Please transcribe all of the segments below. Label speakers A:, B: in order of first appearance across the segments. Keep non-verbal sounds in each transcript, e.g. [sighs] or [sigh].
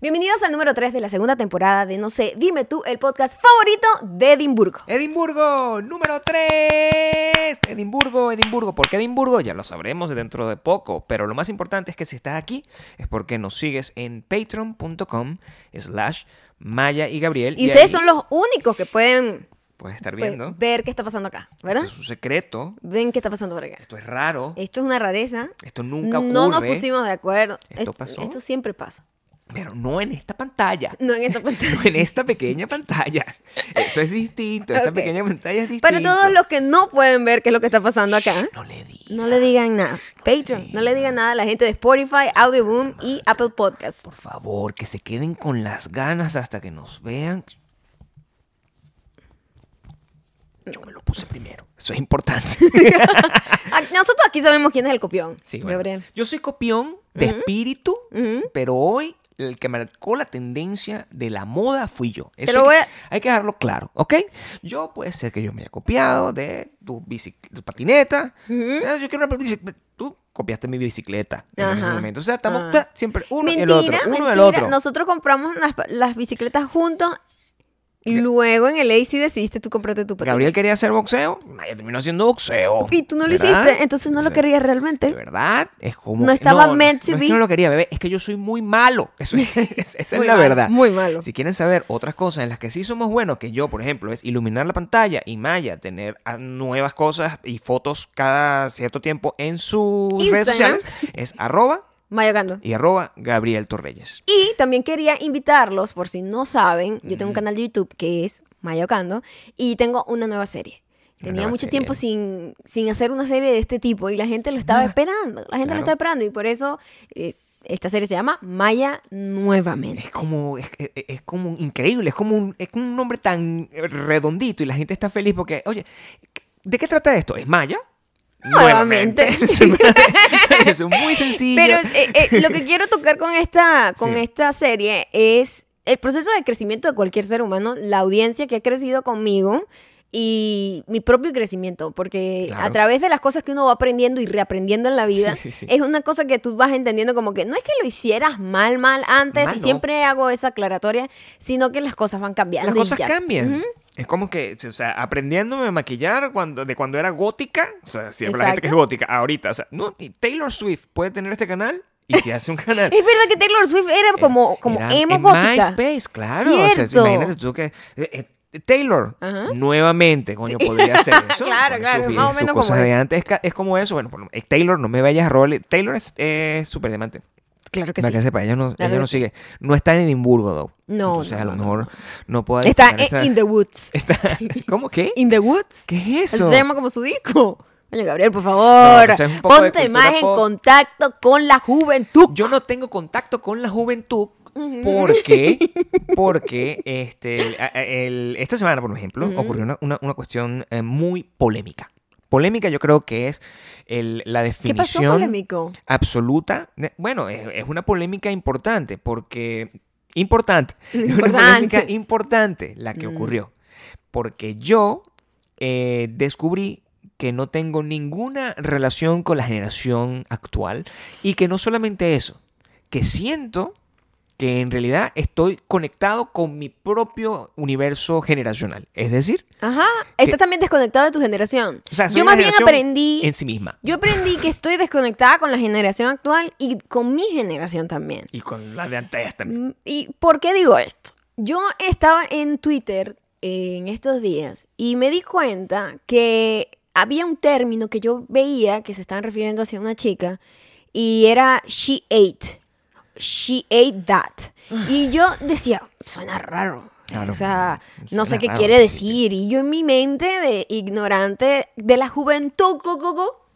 A: Bienvenidos al número 3 de la segunda temporada de No sé, dime tú, el podcast favorito de Edimburgo.
B: Edimburgo, número 3. Edimburgo, Edimburgo. ¿Por qué Edimburgo? Ya lo sabremos dentro de poco. Pero lo más importante es que si estás aquí es porque nos sigues en patreon.com slash Maya y Gabriel.
A: Y, ustedes
B: ahí
A: son los únicos que pueden
B: Puedes estar
A: pues,
B: viendo.
A: ver qué está pasando acá, ¿verdad?
B: Esto es un secreto.
A: Ven qué está pasando por acá.
B: Esto es raro.
A: Esto es una rareza.
B: Esto nunca ocurre.
A: No nos pusimos de acuerdo.
B: Esto pasó.
A: Esto siempre pasa.
B: Pero no en esta pantalla.
A: No en
B: [laughs]
A: esta pantalla.
B: No en esta pequeña pantalla. Eso es distinto. Esta
A: Ok.
B: pequeña pantalla es distinta.
A: Para todos los que no pueden ver qué es lo que está pasando acá, ¿eh?
B: No le di.
A: no le digan nada. Patreon, no le digan nada a la gente de Spotify, Audioboom y Apple Podcasts.
B: Por favor, que se queden con las ganas hasta que nos vean. Yo me lo puse primero. Eso es importante. [laughs]
A: Ah, Nosotros aquí sabemos quién es el copión.
B: Sí, bueno.
A: Gabriel.
B: Yo soy copión de espíritu, pero hoy el que marcó la tendencia de la moda fui yo. Eso
A: lo
B: hay,
A: voy
B: que,
A: a-
B: hay que dejarlo claro, ¿ok? Yo puede ser que yo me haya copiado de tu, bicic- tu patineta. Eh, Yo quiero una bicicleta. Tú copiaste mi bicicleta en ese
A: Ajá.
B: momento. O sea, estamos
A: Ah.
B: ta- siempre uno
A: mentira,
B: el otro, uno
A: mentira.
B: el otro.
A: Nosotros compramos las, las bicicletas juntos. Y luego en el AC decidiste tú comprarte tu patineta.
B: Gabriel quería hacer boxeo, Maya terminó haciendo boxeo.
A: Y tú no lo
B: ¿Verdad?
A: hiciste, entonces no lo
B: Sí.
A: querías
B: De
A: realmente.
B: verdad, es como.
A: No estaba meant to
B: no, no es
A: be.
B: que no lo quería, bebé, es que yo soy muy malo. [laughs]
A: [laughs]
B: Eso es, es- esa es
A: Muy
B: la
A: malo,
B: verdad.
A: muy malo.
B: Si quieren saber otras cosas en las que sí somos buenos, que yo, por ejemplo, es iluminar la pantalla y Maya tener ah, nuevas cosas y fotos cada cierto tiempo en sus redes
A: Instagram.
B: sociales, es arroba
A: Mayocando.
B: y arroba Gabriel Torreyes.
A: Y también quería invitarlos, por si no saben, yo tengo un canal de YouTube que es Mayocando y tengo una nueva serie.
B: Una
A: Tenía
B: nueva
A: mucho
B: serie.
A: tiempo sin, sin hacer una serie de este tipo y la gente lo estaba
B: Ah,
A: esperando. La gente
B: claro.
A: lo estaba esperando y por eso eh, esta serie se llama Maya Nuevamente.
B: Es como, es, es- es como increíble, es como, un, es como un nombre tan eh, redondito y la gente está feliz porque, oye, ¿de qué trata esto? ¿Es Maya?
A: Nuevamente.
B: [laughs] es muy sencillo.
A: Pero eh, eh, lo que quiero tocar con esta, con
B: Sí.
A: esta serie es el proceso de crecimiento de cualquier ser humano, la audiencia que ha crecido conmigo y mi propio crecimiento, porque a
B: Claro.
A: través de las cosas que uno va aprendiendo y reaprendiendo en la vida,
B: [laughs] Sí, sí.
A: es una cosa que tú vas entendiendo como que no es que lo hicieras mal, mal antes,
B: Mal,
A: y
B: no.
A: siempre hago esa aclaratoria, sino que las cosas van cambiando.
B: Las
A: y
B: cosas
A: ya.
B: cambian. Es como que, o sea, aprendiéndome a maquillar cuando, de cuando era gótica, o sea, siempre la gente que es
A: Exacto.
B: gótica, ahorita, o sea, no, y Taylor Swift puede tener este canal y si hace un canal.
A: Es verdad que Taylor Swift era como, como
B: Eh, Era
A: emo
B: en
A: gótica.
B: MySpace, claro. O sea,
A: Cierto.
B: imagínate tú que. eh, eh, Taylor,
A: Ajá.
B: nuevamente, coño,
A: [laughs]
B: podría hacer eso.
A: Claro,
B: Pone
A: claro,
B: sus
A: más o
B: videos, sus
A: menos como
B: cosas de
A: eso.
B: antes. Es, ca- es como eso. Bueno, por lo- eh, Taylor, no me vayas a robarle. Taylor es eh, súper diamante.
A: Claro que
B: Para
A: sí.
B: que sepa, ella no,
A: Claro
B: ella
A: que
B: no
A: sí.
B: sigue. No está en Edimburgo, though.
A: No,
B: Entonces, a
A: no,
B: lo
A: no,
B: mejor no, pueda.
A: Está
B: disfrutar
A: en- in the woods.
B: [laughs] esta-
A: [laughs]
B: ¿Cómo qué?
A: In the Woods.
B: ¿Qué es
A: Así
B: eso?
A: Se llama como su disco. Oye, Gabriel, por
B: No,
A: favor,
B: pero eso es un poco de
A: ponte
B: cultura
A: más en
B: pop.
A: contacto con la juventud.
B: Yo no tengo contacto con la juventud
A: [laughs]
B: porque, porque este, el- a- a- el- esta semana, por ejemplo, ocurrió una, una- una cuestión eh, muy polémica. Polémica yo creo que es el- la
A: ¿Qué pasó,
B: definición
A: polémico?
B: absoluta. de- bueno, es, es una polémica importante porque...
A: [laughs]
B: Importante. Es una
A: Importante. Mm.
B: polémica importante la que ocurrió. Porque yo eh, descubrí que no tengo ninguna relación con la generación actual y que no solamente eso, que siento que en realidad estoy conectado con mi propio universo generacional. Es decir,
A: Ajá.
B: que-
A: Estás también desconectado de tu generación.
B: o sea, soy
A: yo
B: una
A: más bien
B: generación
A: aprendí.
B: en sí misma.
A: Yo aprendí que estoy desconectada con la generación actual y con mi generación también.
B: Y con la de antes también.
A: Mm, ¿Y por qué digo esto? Yo estaba en Twitter en estos días y me di cuenta que había un término que yo veía que se estaban refiriendo hacia una chica y era she ate. She ate that. Y yo decía, suena raro.
B: Ah. Claro,
A: o sea, no sé
B: suena
A: qué
B: raro,
A: quiere
B: sí.
A: decir. Y yo en mi mente de ignorante de la juventud, co, co, co,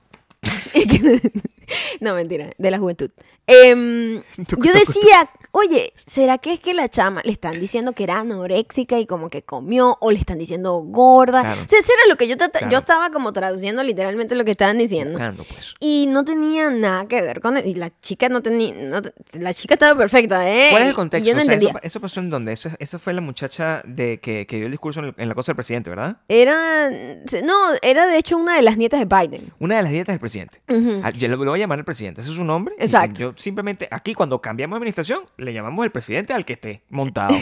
A: y que- [laughs] no, mentira, de la juventud.
B: [laughs]
A: Em, yo decía, oye, ¿será que es que la chama le están diciendo que era anoréxica y como que comió o le están diciendo gorda?
B: Claro.
A: O sea, eso era lo que yo, trata-
B: Claro.
A: yo estaba como traduciendo literalmente lo que estaban diciendo.
B: Buscando, pues.
A: Y no tenía nada que ver con... Y la chica no tenía... no te- la chica estaba perfecta, ¿eh?
B: ¿Cuál es el
A: Y
B: contexto?
A: Yo no
B: O sea,
A: entendía.
B: eso, eso pasó en donde? Eso, eso fue la muchacha de que, que dio el discurso en, el- en la cosa del presidente, ¿verdad?
A: Era... No, era de hecho una de las nietas de Biden.
B: Una de las dietas del presidente. Ah, yo lo, lo voy a llamar el presidente, ese es su nombre. y
A: Exacto.
B: Yo simplemente, aquí cuando cambiamos de administración, le llamamos el presidente al que esté montado.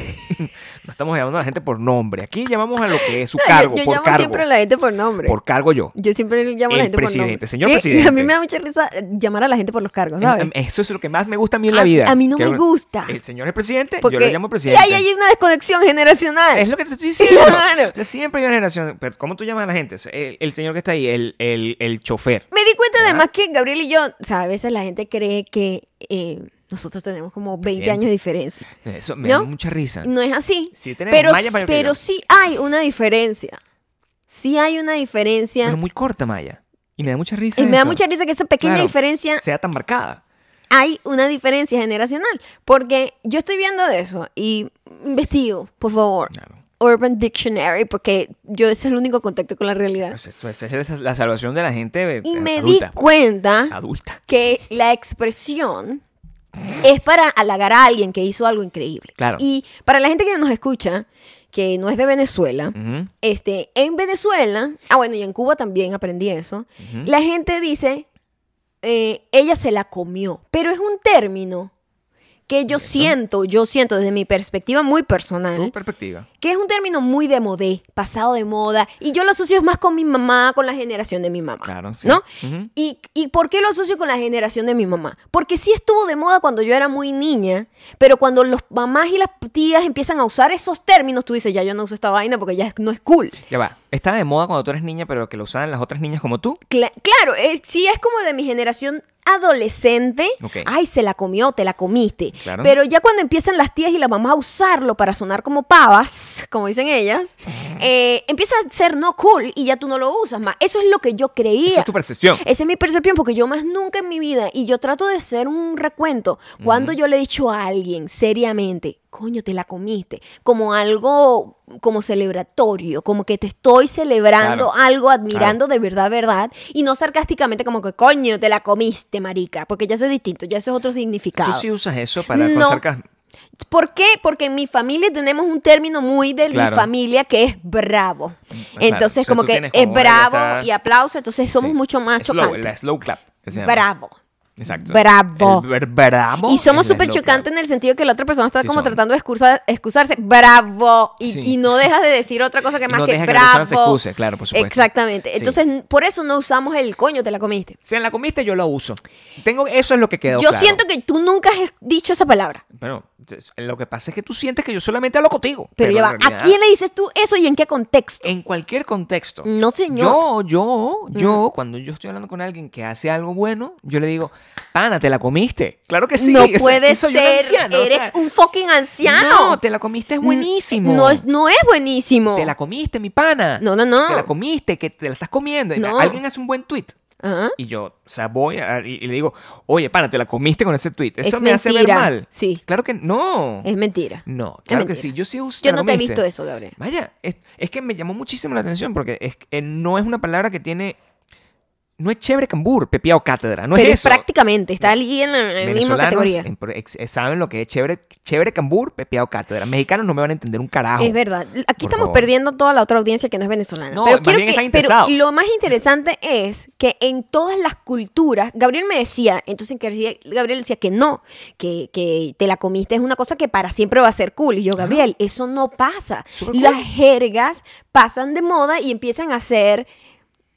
B: no estamos llamando a la gente por nombre. Aquí llamamos a lo que es su cargo,
A: yo
B: por
A: llamo
B: cargo.
A: siempre a la gente por nombre.
B: Por cargo yo.
A: Yo siempre le llamo a
B: El
A: la gente por nombre.
B: presidente, señor
A: Que [laughs]
B: presidente.
A: A mí me da mucha risa eh, llamar a la gente por los cargos, ¿sabes?
B: Em, Eso es lo que más me gusta a mí en
A: A-
B: la vida.
A: a mí no me gusta.
B: El señor es presidente,
A: Porque
B: yo le llamo presidente.
A: Y ahí hay una desconexión generacional.
B: Es lo que te estoy diciendo.
A: Claro.
B: O sea, siempre hay una generación. Pero ¿Cómo tú llamas a la gente? O sea, El, el señor que está ahí, el, el, el chofer.
A: Me di cuenta
B: ¿Verdad?
A: además que Gabriel y yo, o sea, a veces la gente cree que eh, nosotros tenemos como 20
B: Presidente.
A: años de diferencia.
B: Eso me
A: ¿No?
B: da mucha risa.
A: No es así.
B: Sí, tenemos
A: pero
B: Maya mayor que
A: pero
B: yo.
A: sí hay una diferencia. Sí hay una diferencia.
B: Pero muy corta, Maya. Y me da mucha risa.
A: y me da
B: eso.
A: mucha risa que esa pequeña
B: Claro.
A: diferencia
B: Sea tan marcada.
A: hay una diferencia generacional. Porque yo estoy viendo de eso y investigo, por favor.
B: Claro.
A: Urban Dictionary, porque yo ese es el único contacto con la realidad.
B: Pues esto- esa es la salvación de la gente eh,
A: Y me
B: adulta.
A: di cuenta
B: Adulta.
A: que la expresión es para halagar a alguien que hizo algo increíble.
B: Claro.
A: Y para la gente que nos escucha, que no es de Venezuela,
B: Ujú.
A: este, en Venezuela, ah bueno, y en Cuba también aprendí eso, la gente dice, eh, ella se la comió, pero es un término que yo siento, yo siento desde mi perspectiva muy personal,
B: Tu perspectiva.
A: que es un término muy de modé, pasado de moda, y yo lo asocio más con mi mamá, con la generación de mi mamá.
B: Claro, sí.
A: ¿No?
B: Ujú.
A: ¿Y, ¿Y por qué lo asocio con la generación de mi mamá? Porque sí estuvo de moda cuando yo era muy niña, pero cuando los mamás y las tías empiezan a usar esos términos, tú dices, ya yo no uso esta vaina porque ya no es cool.
B: Ya va. Está de moda cuando tú eres niña, pero que lo usan las otras niñas como tú.
A: Cla- claro, eh, sí es como de mi generación adolescente.
B: Ok.
A: Ay, se la comió, te la comiste.
B: Claro.
A: Pero ya cuando empiezan las tías y las mamás a usarlo para sonar como pavas, [laughs] como dicen ellas, eh, empieza a ser no cool y ya tú no lo usas más. Eso es lo que yo creía.
B: Esa es tu percepción.
A: Esa es mi percepción porque yo más nunca en mi vida, y yo trato de ser un recuento, cuando yo le he dicho a alguien seriamente, coño, te la comiste, como algo como celebratorio, como que te estoy celebrando
B: Claro.
A: algo, admirando de verdad, verdad, y no sarcásticamente como que, coño, te la comiste, marica, porque ya eso es distinto, ya eso es otro significado.
B: Tú sí usas eso para con
A: No.
B: sarcasmo.
A: ¿Por qué? Porque en mi familia tenemos un término muy de
B: Claro.
A: mi familia que es bravo.
B: claro.
A: Entonces,
B: O sea,
A: como
B: tú
A: que
B: tienes
A: es
B: como-
A: bravo
B: está-
A: y aplauso, entonces somos
B: Sí.
A: mucho más
B: Slow,
A: chocantes.
B: La slow clap. que se llama.
A: Bravo.
B: Exacto.
A: Bravo.
B: El ver- bravo
A: Y somos
B: es la
A: súper
B: slow
A: chocantes en el sentido que la otra persona está
B: Sí,
A: como
B: son.
A: tratando de excusa- excusarse. ¡Bravo! Y,
B: Sí.
A: y no dejas de decir otra cosa que
B: Y
A: más
B: no
A: que
B: deja que la
A: bravo.
B: persona se excuse, claro, por supuesto.
A: Exactamente.
B: Sí.
A: Entonces, n- por eso no usamos el coño, te la comiste.
B: clap. Si en la comiste, yo la uso. Tengo, eso es lo que quedó
A: Yo
B: claro.
A: siento que tú nunca has dicho esa palabra.
B: Bueno, lo que pasa es que tú sientes que yo solamente hablo contigo.
A: Pero, ya va,
B: en
A: ¿a
B: realidad,
A: quién le dices tú eso y en qué contexto?
B: En cualquier contexto.
A: No, señor. Mm.
B: Yo, yo, yo, cuando yo estoy hablando con alguien que hace algo bueno, yo le digo, pana, te la comiste. Claro que Eh, sí. [laughs]
A: no
B: o sea,
A: puede
B: soy un
A: ser.
B: anciano, o
A: Eres
B: sea,
A: un fucking anciano. Mm,
B: No, te la comiste es buenísimo.
A: No es, no es buenísimo.
B: Te la comiste, mi pana.
A: No, no, no.
B: Te la comiste, que te la estás comiendo. Y
A: No.
B: Alguien hace un buen tweet.
A: Ajá.
B: Y yo, o sea, voy a- y, y le digo, oye, pana, te la comiste con ese tweet. Eso
A: Es
B: me hace ver
A: mentira.
B: mal.
A: Sí.
B: Claro que no.
A: Es mentira.
B: No,
A: Es
B: claro que
A: mentira.
B: sí. Yo sí uso.
A: Yo
B: la
A: no te he
B: comiste.
A: visto eso, Gabriel.
B: Vaya, es, es que me llamó muchísimo la atención porque es, eh, no es una palabra que tiene. No es chévere cambur, pepiao cátedra. No
A: Pero
B: es eso.
A: prácticamente, está allí en la, en la misma
B: Venezolanos
A: categoría.
B: en pro- ex- eh, saben lo que es chévere, chévere cambur, pepiao cátedra. Mexicanos no me van a entender un carajo.
A: Es verdad. Aquí estamos
B: favor.
A: perdiendo toda la otra audiencia que no es venezolana.
B: No,
A: pero,
B: más
A: quiero
B: bien
A: que-
B: están
A: pero
B: interesados.
A: lo más interesante es que en todas las culturas, Gabriel me decía, entonces que decía- Gabriel decía que no, que, que te la comiste es una cosa que para siempre va a ser cool. Y yo, Gabriel, eso no pasa.
B: Súper cool.
A: Las jergas pasan de moda y empiezan a ser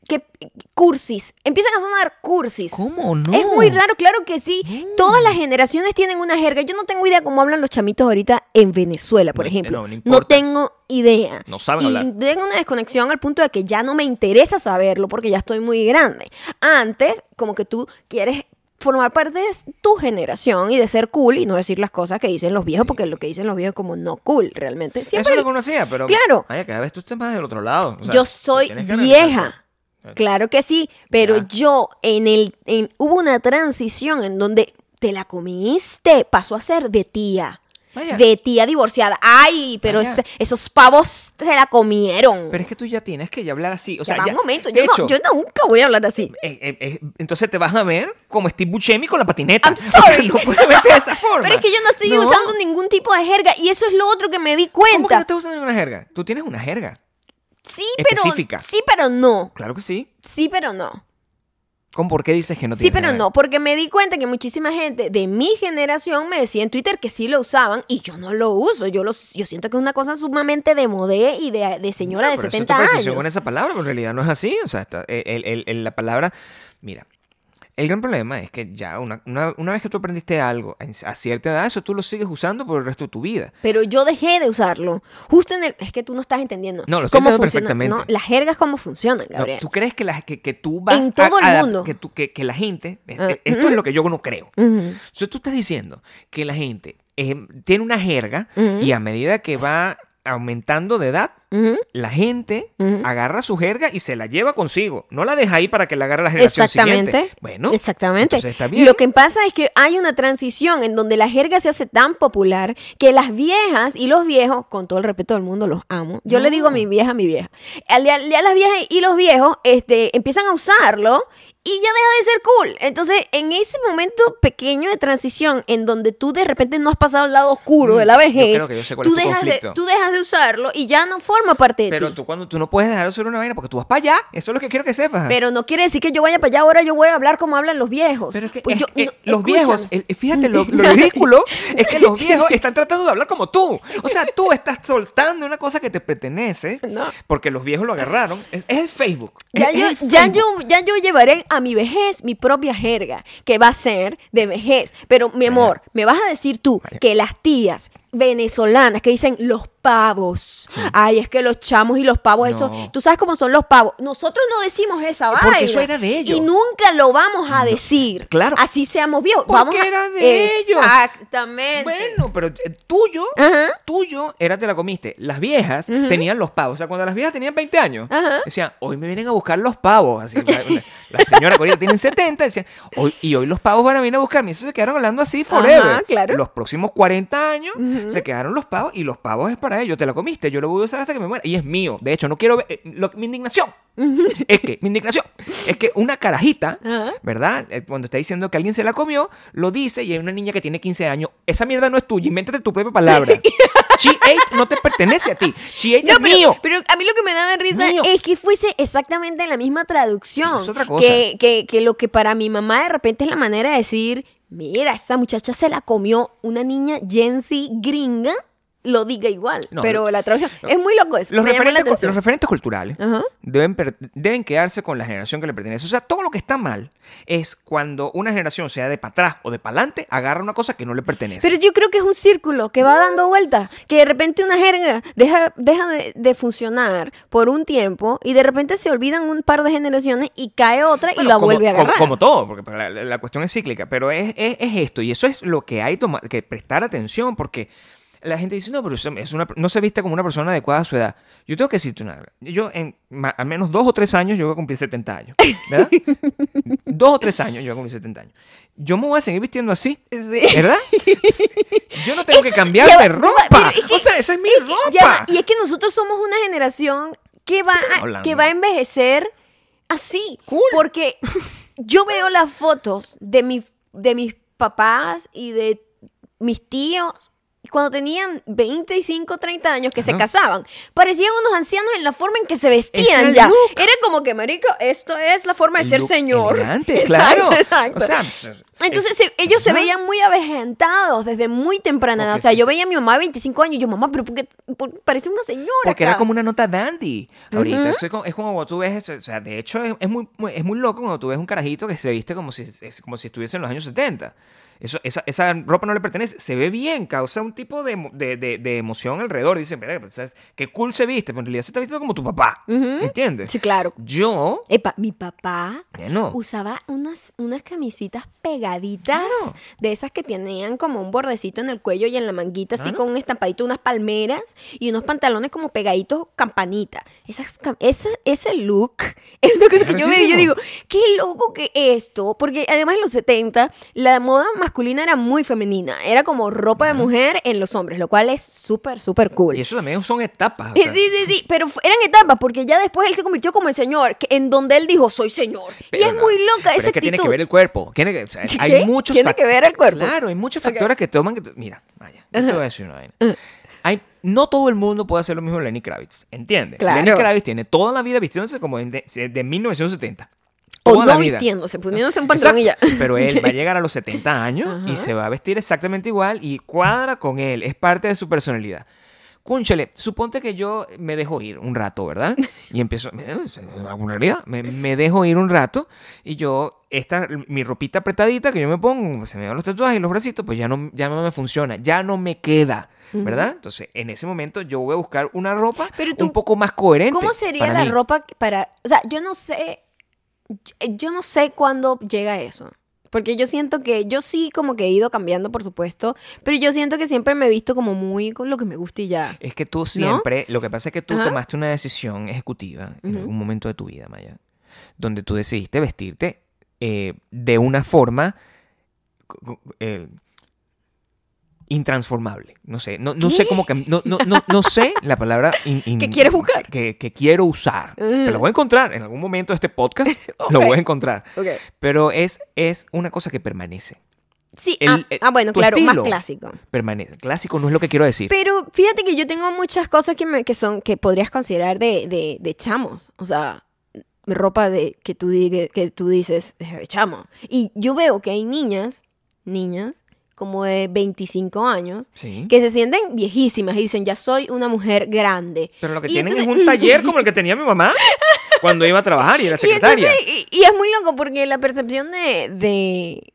A: que cursis, empiezan a sonar cursis.
B: ¿Cómo no?
A: Es muy raro, claro que sí. Todas las generaciones tienen una jerga. Yo no tengo idea cómo hablan los chamitos ahorita en Venezuela, por
B: No,
A: ejemplo.
B: no, no
A: No,
B: importa.
A: tengo idea.
B: No saben
A: y
B: hablar.
A: Tengo una desconexión al punto de que ya no me interesa saberlo porque ya estoy muy grande. Antes, como que tú quieres formar parte de tu generación y de ser cool y no decir las cosas que dicen los viejos, porque lo que dicen los viejos es como no cool, realmente. Siempre
B: Eso lo conocía, pero.
A: Claro.
B: Vaya, cada vez tú estás más del otro lado. O sea,
A: yo soy
B: tienes que regresar.
A: vieja. Claro que sí, pero
B: Ya.
A: yo en el en, hubo una transición en donde te la comiste, pasó a ser de tía.
B: Vaya.
A: De tía divorciada. Ay, pero
B: Vaya.
A: ese- esos pavos se la comieron.
B: Ah, Pero es que tú ya tienes que ya hablar así. O
A: Ya
B: sea,
A: va
B: ya-
A: un momento,
B: de
A: yo, no-
B: hecho,
A: yo nunca voy a hablar así.
B: eh, eh, eh, entonces te vas a ver como Steve Buscemi con la patineta.
A: I'm
B: O sea,
A: sorry.
B: no puedes verte de esa forma.
A: [laughs] Pero es que yo no estoy
B: No.
A: usando ningún tipo de jerga y eso es lo otro que me di
B: ¿Cómo que
A: cuenta.
B: no estás usando una jerga? Tú tienes una jerga.
A: sí, pero
B: específica?
A: sí, pero no.
B: Claro que sí.
A: Sí, pero no.
B: ¿Con por qué dices que no
A: Sí,
B: tienes
A: pero
B: nada?
A: no, porque me di cuenta que muchísima gente de mi generación me decía en Twitter que sí lo usaban y yo no lo uso. Yo, lo, yo siento que es una cosa sumamente de modé y de, de señora
B: No,
A: de
B: pero eso es tu
A: 70
B: percepción
A: años.
B: con esa palabra, pero en realidad no es así. O sea, está- el- el- el- la palabra. Mira, el gran problema es que ya una, una- una vez que tú aprendiste algo en- a cierta edad, eso tú lo sigues usando por el resto de tu vida.
A: Pero yo dejé de usarlo. Justo en el. Es que tú no estás entendiendo.
B: No, lo estoy
A: cómo
B: entendiendo
A: funciona,
B: perfectamente.
A: ¿no? Las jergas, cómo funcionan,
B: No,
A: Gabriel.
B: ¿Tú crees que, la, que, que tú vas
A: En
B: a-
A: todo el
B: a-
A: mundo.
B: Que, tú- que- que la gente. es-
A: Ah,
B: eh, esto es lo que yo no creo.
A: Ujú.
B: Entonces tú estás diciendo que la gente eh, tiene una jerga
A: Ujú.
B: y a medida que va aumentando de edad,
A: Ujú.
B: la gente
A: Ujú.
B: agarra su jerga y se la lleva consigo. No la deja ahí para que la agarre la generación
A: Exactamente.
B: siguiente. Bueno,
A: Exactamente.
B: entonces está bien.
A: Lo que pasa es que hay una transición en donde la jerga se hace tan popular que las viejas y los viejos, con todo el respeto del mundo, los amo. Yo le digo
B: Ah.
A: a mi vieja, mi vieja. Ya, ya las viejas y los viejos este, empiezan a usarlo y ya deja de ser cool. Entonces, en ese momento pequeño de transición en donde tú de repente no has pasado al lado oscuro
B: Mm,
A: de la
B: yo
A: vejez,
B: creo que yo sé cuál
A: tú,
B: es tu
A: dejas de,
B: conflicto.
A: tú dejas de usarlo y ya no forma parte de
B: Pero
A: ti.
B: tú cuando tú no puedes dejar de hacer una vaina porque tú vas para allá. Eso es lo que quiero que sepas.
A: Pero no quiere decir que yo vaya para allá ahora, yo voy a hablar como hablan los viejos.
B: Pero es que
A: Pues
B: es-
A: yo-
B: eh,
A: no,
B: los
A: escúchame.
B: viejos, el- eh, fíjate, lo, lo
A: [laughs]
B: ridículo es que los viejos están tratando de hablar como tú. O sea, tú estás soltando una cosa que te pertenece
A: [laughs] No.
B: porque los viejos lo agarraron. Es, es el Facebook. Es-
A: Ya
B: es
A: yo,
B: el
A: ya,
B: Facebook.
A: yo, ya yo llevaré a mi vejez mi propia jerga, que va a ser de vejez. Pero, mi amor, me vas a decir tú que las tías venezolanas que dicen los pavos, ay, es que los chamos y los pavos, eso,
B: No.
A: tú sabes cómo son los pavos. Nosotros no decimos esa
B: Porque
A: vaina.
B: eso era de ellos.
A: Y nunca lo vamos a decir.
B: claro.
A: Así seamos viejos.
B: Porque
A: vamos a-
B: era de ellos.
A: Exactamente.
B: Bueno, pero eh, tuyo,
A: Ajá.
B: tuyo era te la comiste. Las viejas tenían los pavos. O sea, cuando las viejas tenían 20 años,
A: Ajá.
B: decían, hoy me vienen a buscar los pavos. Así, la, la- la señora que ahorita tienen 70, decían, hoy, y hoy los pavos van a venir a buscarme. Y eso se quedaron hablando así forever.
A: Ajá, claro.
B: Los próximos 40 años se quedaron los pavos y los pavos es para ellos. Te la comiste. Yo lo voy a usar hasta que me muera. Y es mío. De hecho, no quiero ver. eh, lo- mi indignación. Es que, mi indignación, es que una carajita,
A: Ajá.
B: ¿verdad? Eh, Cuando está diciendo que alguien se la comió, lo dice y hay una niña que tiene 15 años. Esa mierda no es tuya, invéntate tu
A: [laughs]
B: propia palabra. She ate no te pertenece a ti. She ate
A: No,
B: Este es
A: pero,
B: mío.
A: pero a mí lo que me daba risa
B: Mío.
A: es que fuese exactamente la misma traducción.
B: Sí, es otra cosa.
A: Que, que- que lo que para mi mamá de repente es la manera de decir, mira, esa muchacha se la comió una niña Gen Z gringa, lo diga igual.
B: No,
A: pero
B: lo-
A: la traducción
B: no.
A: es muy loco eso.
B: Los
A: me llamó la
B: referentes, cu-
A: atención.
B: los referentes culturales
A: Ajá.
B: deben, per- deben quedarse con la generación que le pertenece. O sea, todo lo que está mal es cuando una generación, sea de para atrás o de para adelante, agarra una cosa que no le pertenece.
A: Pero yo creo que es un círculo que va dando vueltas, que de repente una jerga deja, deja de, de funcionar por un tiempo y de repente se olvidan un par de generaciones y cae otra y
B: Bueno,
A: la
B: como,
A: vuelve a
B: como-
A: agarrar.
B: como todo, porque la, la- la cuestión es cíclica, pero es, es- es esto, y eso es lo que hay toma- que prestar atención, porque la gente dice, no, pero eso es una- no se viste como una persona adecuada a su edad. Yo tengo que decirte una cosa. Yo en ma- al menos dos o tres años yo voy a cumplir 70 años,
A: [laughs]
B: ¿verdad? dos o tres años yo voy a cumplir 70 años. Yo me voy a seguir vistiendo así,
A: [laughs] [laughs] Sí.
B: ¿verdad? Yo no tengo que cambiar
A: ya va,
B: de
A: tú sabes,
B: ropa.
A: pero es que-
B: o sea, esa es mi
A: Ya va,
B: ropa.
A: y es que nosotros somos una generación que va,
B: estás
A: a,
B: hablando?
A: que va a envejecer así.
B: Cool.
A: Porque yo veo las fotos de, mi, de mis papás y de mis tíos cuando tenían 25, 30 años que se
B: Claro.
A: casaban. Parecían unos ancianos en la forma en que se
B: Ese era
A: vestían
B: el
A: ya.
B: look.
A: Era como que, marico, esto es la forma de
B: El
A: ser
B: look
A: señor.
B: elegante,
A: [laughs] Exacto,
B: claro.
A: exacto.
B: O sea, pues,
A: Entonces
B: es-
A: se- ellos se
B: Ajá.
A: veían muy avejentados desde muy temprana edad.
B: Porque
A: O sea,
B: sí,
A: yo
B: sí.
A: veía a mi mamá de 25 años y yo, mamá, pero ¿por qué por- parece una señora?
B: Porque
A: acá?"
B: era como una nota dandy. Ahorita Eso es, como, es como tú ves, o sea, de hecho es, es muy, muy- es muy loco cuando tú ves un carajito que se viste como si, es como si estuviese en los años 70. Eso, esa, esa ropa no le pertenece, se ve bien, causa un tipo de, emo- de, de- de emoción alrededor. Dicen, "Verga, pues, ¿sabes? qué cool se viste, pero en realidad se está vistiendo como tu papá. ¿Entiendes?
A: Sí, claro.
B: Yo,
A: Epa, mi papá
B: bueno,
A: usaba unas, unas camisitas pegaditas de esas que tenían como un bordecito en el cuello y en la manguita, así
B: Claro.
A: con un estampadito, unas palmeras y unos pantalones como pegaditos campanita. Esas cam- ese, ese look [laughs] es una cosa que yo veo y yo
B: Arrechísimo.
A: digo, qué loco que esto, porque además en los 70 la moda masculina era muy femenina, era como ropa de mujer en los hombres, lo cual es súper, súper cool.
B: y eso también son etapas. o
A: Sí,
B: sea.
A: sí, sí, sí, pero fu- eran etapas porque ya después él se convirtió como el señor, que- en donde él dijo, soy señor. y
B: Pero
A: es
B: no,
A: muy loca
B: pero
A: esa
B: es que tiene que
A: actitud.
B: ver el cuerpo. Tiene que, o sea,
A: ¿Sí?
B: hay muchos
A: Tiene
B: fac-
A: que ver el cuerpo.
B: Claro, hay muchos factores que toman. que t- Mira, vaya, yo te voy a decir una vaina.
A: Mm.
B: Hay, no todo el mundo puede hacer lo mismo de Lenny Kravitz, ¿entiendes?
A: Claro.
B: Lenny Kravitz tiene toda la vida vistiéndose como en de, de 1970.
A: O
B: toda la
A: no
B: vida.
A: vistiéndose, poniéndose un pantalón y ya.
B: Exacto. Pero él va a llegar a los 70 años y
A: Ajá.
B: se va a vestir exactamente igual y cuadra con él. Es parte de su personalidad. Cúnchale, suponte que yo me dejo ir un rato, ¿verdad? Y empiezo, en alguna realidad, me, me dejo ir un rato y yo, esta, mi ropita apretadita que yo me pongo, se me van los tatuajes y los bracitos, pues ya no, ya no me funciona, ya no me queda, ¿verdad? Entonces, en ese momento yo voy a buscar una ropa
A: Pero tú-
B: un poco más coherente.
A: ¿Cómo sería
B: para
A: la
B: mí.
A: ropa que- para.? O sea, yo no sé. Yo no sé cuándo llega eso. Porque yo siento que. Yo sí, como que he ido cambiando, por supuesto. Pero yo siento que siempre me he visto como muy con lo que me gusta y ya.
B: Es que tú siempre, lo que pasa es que tú
A: Ajá.
B: tomaste una decisión ejecutiva en
A: Ujú.
B: algún momento de tu vida, Maya, donde tú decidiste vestirte eh, de una forma co- co- eh, intransformable. No sé, no, no sé cómo que no, no, no, no sé la
A: [laughs]
B: palabra in- in-
A: ¿Que quieres buscar?
B: Que, que quiero usar.
A: Ujú.
B: Pero lo voy a encontrar en algún momento de este podcast.
A: [laughs]
B: Lo
A: Ok.
B: voy a encontrar.
A: Ok.
B: Pero es, es una cosa que permanece.
A: Sí,
B: El-
A: ah,
B: eh,
A: ah, bueno,
B: tu
A: claro,
B: estilo.
A: más clásico.
B: Permanece. Clásico no es lo que quiero decir.
A: Pero fíjate que yo tengo muchas cosas que, me, que son que podrías considerar de, de, de chamos. O sea, ropa de, que, tú digue- que tú dices es de chamo. Y yo veo que hay niñas, niñas, como de 25 años,
B: Sí.
A: que se sienten viejísimas y dicen, ya soy una mujer grande.
B: Pero lo que
A: Y
B: tienen es
A: entonces-
B: un taller como
A: [laughs]
B: el que tenía mi mamá cuando iba a trabajar y era
A: Y,
B: secretaria.
A: entonces- y- y es muy loco porque la percepción de, de-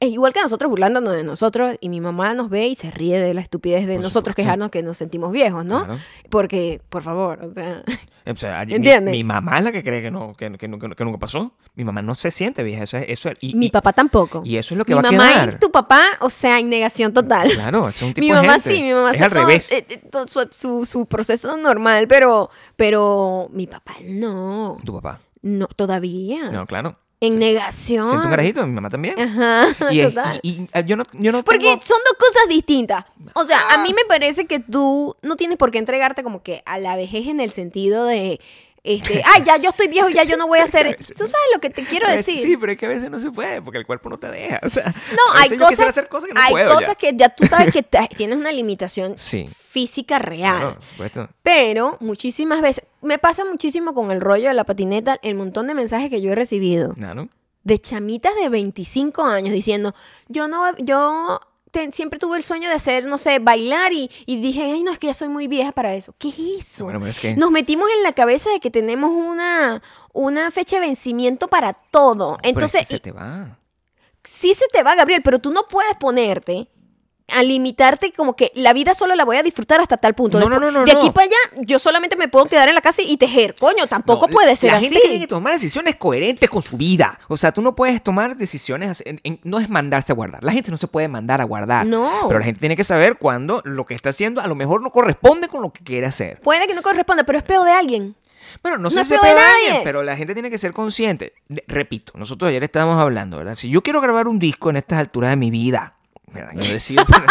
A: Es igual que nosotros burlándonos de nosotros y mi mamá nos ve y se ríe de la estupidez de
B: Por
A: nosotros
B: supuesto.
A: quejarnos que nos sentimos viejos, ¿no?
B: Claro.
A: Porque, por favor, o sea...
B: O sea, allí- mi-
A: ¿Entiendes?
B: Mi, mamá es la que cree que no, que, que, no- que no- que nunca pasó. Mi mamá no se siente vieja. Eso es, eso es- y,
A: Mi
B: y-
A: papá tampoco.
B: y eso es lo que
A: mi
B: va a
A: mamá
B: quedar.
A: y tu papá, o sea, en negación total.
B: Claro, es un tipo
A: mi
B: de
A: mamá
B: gente.
A: sí, mi mamá
B: Es
A: sí,
B: al
A: todo-
B: revés.
A: eh, eh, todo su, su- su proceso normal, pero, pero mi papá no,
B: Tu papá.
A: no todavía.
B: No, claro.
A: En negación.
B: Siento un carajito, mi mamá también.
A: Ajá,
B: [laughs] Y, es-
A: eh. total.
B: y- y, ah, yo no, yo no
A: Porque
B: tengo-
A: son dos cosas distintas. O sea, a mí
B: Ah.
A: me parece que tú no tienes por qué entregarte como que a la vejez en el sentido de,
B: [laughs]
A: este, ay, ya yo estoy viejo, ya yo no voy a hacer.
B: veces-
A: Tú sabes lo que te quiero
B: a veces
A: decir.
B: Pues, Sí, pero es que a veces no se puede porque el cuerpo no te deja. O sea,
A: No,
B: a
A: hay
B: veces yo
A: cosas,
B: quisiera hacer cosas que no
A: hay
B: puedo ya.
A: cosas que ya tú sabes que te- [laughs] tienes una limitación
B: Sí.
A: física real.
B: Claro, por supuesto.
A: Pero muchísimas veces, me pasa muchísimo con el rollo de la patineta, el montón de mensajes que yo he recibido
B: Claro.
A: de chamitas de 25 años diciendo, yo no, yo te- siempre tuve el sueño de hacer, no sé, bailar y, y dije, ay, no, es que ya soy muy vieja para eso. ¿Qué es eso?
B: Bueno, pero es que-
A: Nos metimos en la cabeza de que tenemos una, una fecha de vencimiento para todo.
B: Pero es que
A: Entonces,
B: se te va.
A: sí se te va, Gabriel, pero tú no puedes ponerte a limitarte como que la vida solo la voy a disfrutar hasta tal punto.
B: No, no, no, no,
A: De aquí
B: no.
A: para allá, yo solamente me puedo quedar en la casa y tejer. Coño, tampoco
B: No,
A: puede ser
B: la
A: así.
B: gente tiene que tomar decisiones coherentes con su vida. O sea, tú no puedes tomar decisiones. así- en- en- no es mandarse a guardar. La gente no se puede mandar a guardar.
A: No.
B: Pero la gente tiene que saber cuando lo que está haciendo a lo mejor no corresponde con lo que quiere hacer.
A: Puede que no corresponda, pero es peo de alguien.
B: Bueno, no,
A: No
B: sé
A: es
B: si se
A: peor de
B: pega a
A: nadie.
B: alguien, pero la gente tiene que ser consciente. De- repito, nosotros ayer estábamos hablando, ¿verdad? Si yo quiero grabar un disco en estas alturas de mi vida, ¿verdad? Yo decido, [laughs] poner-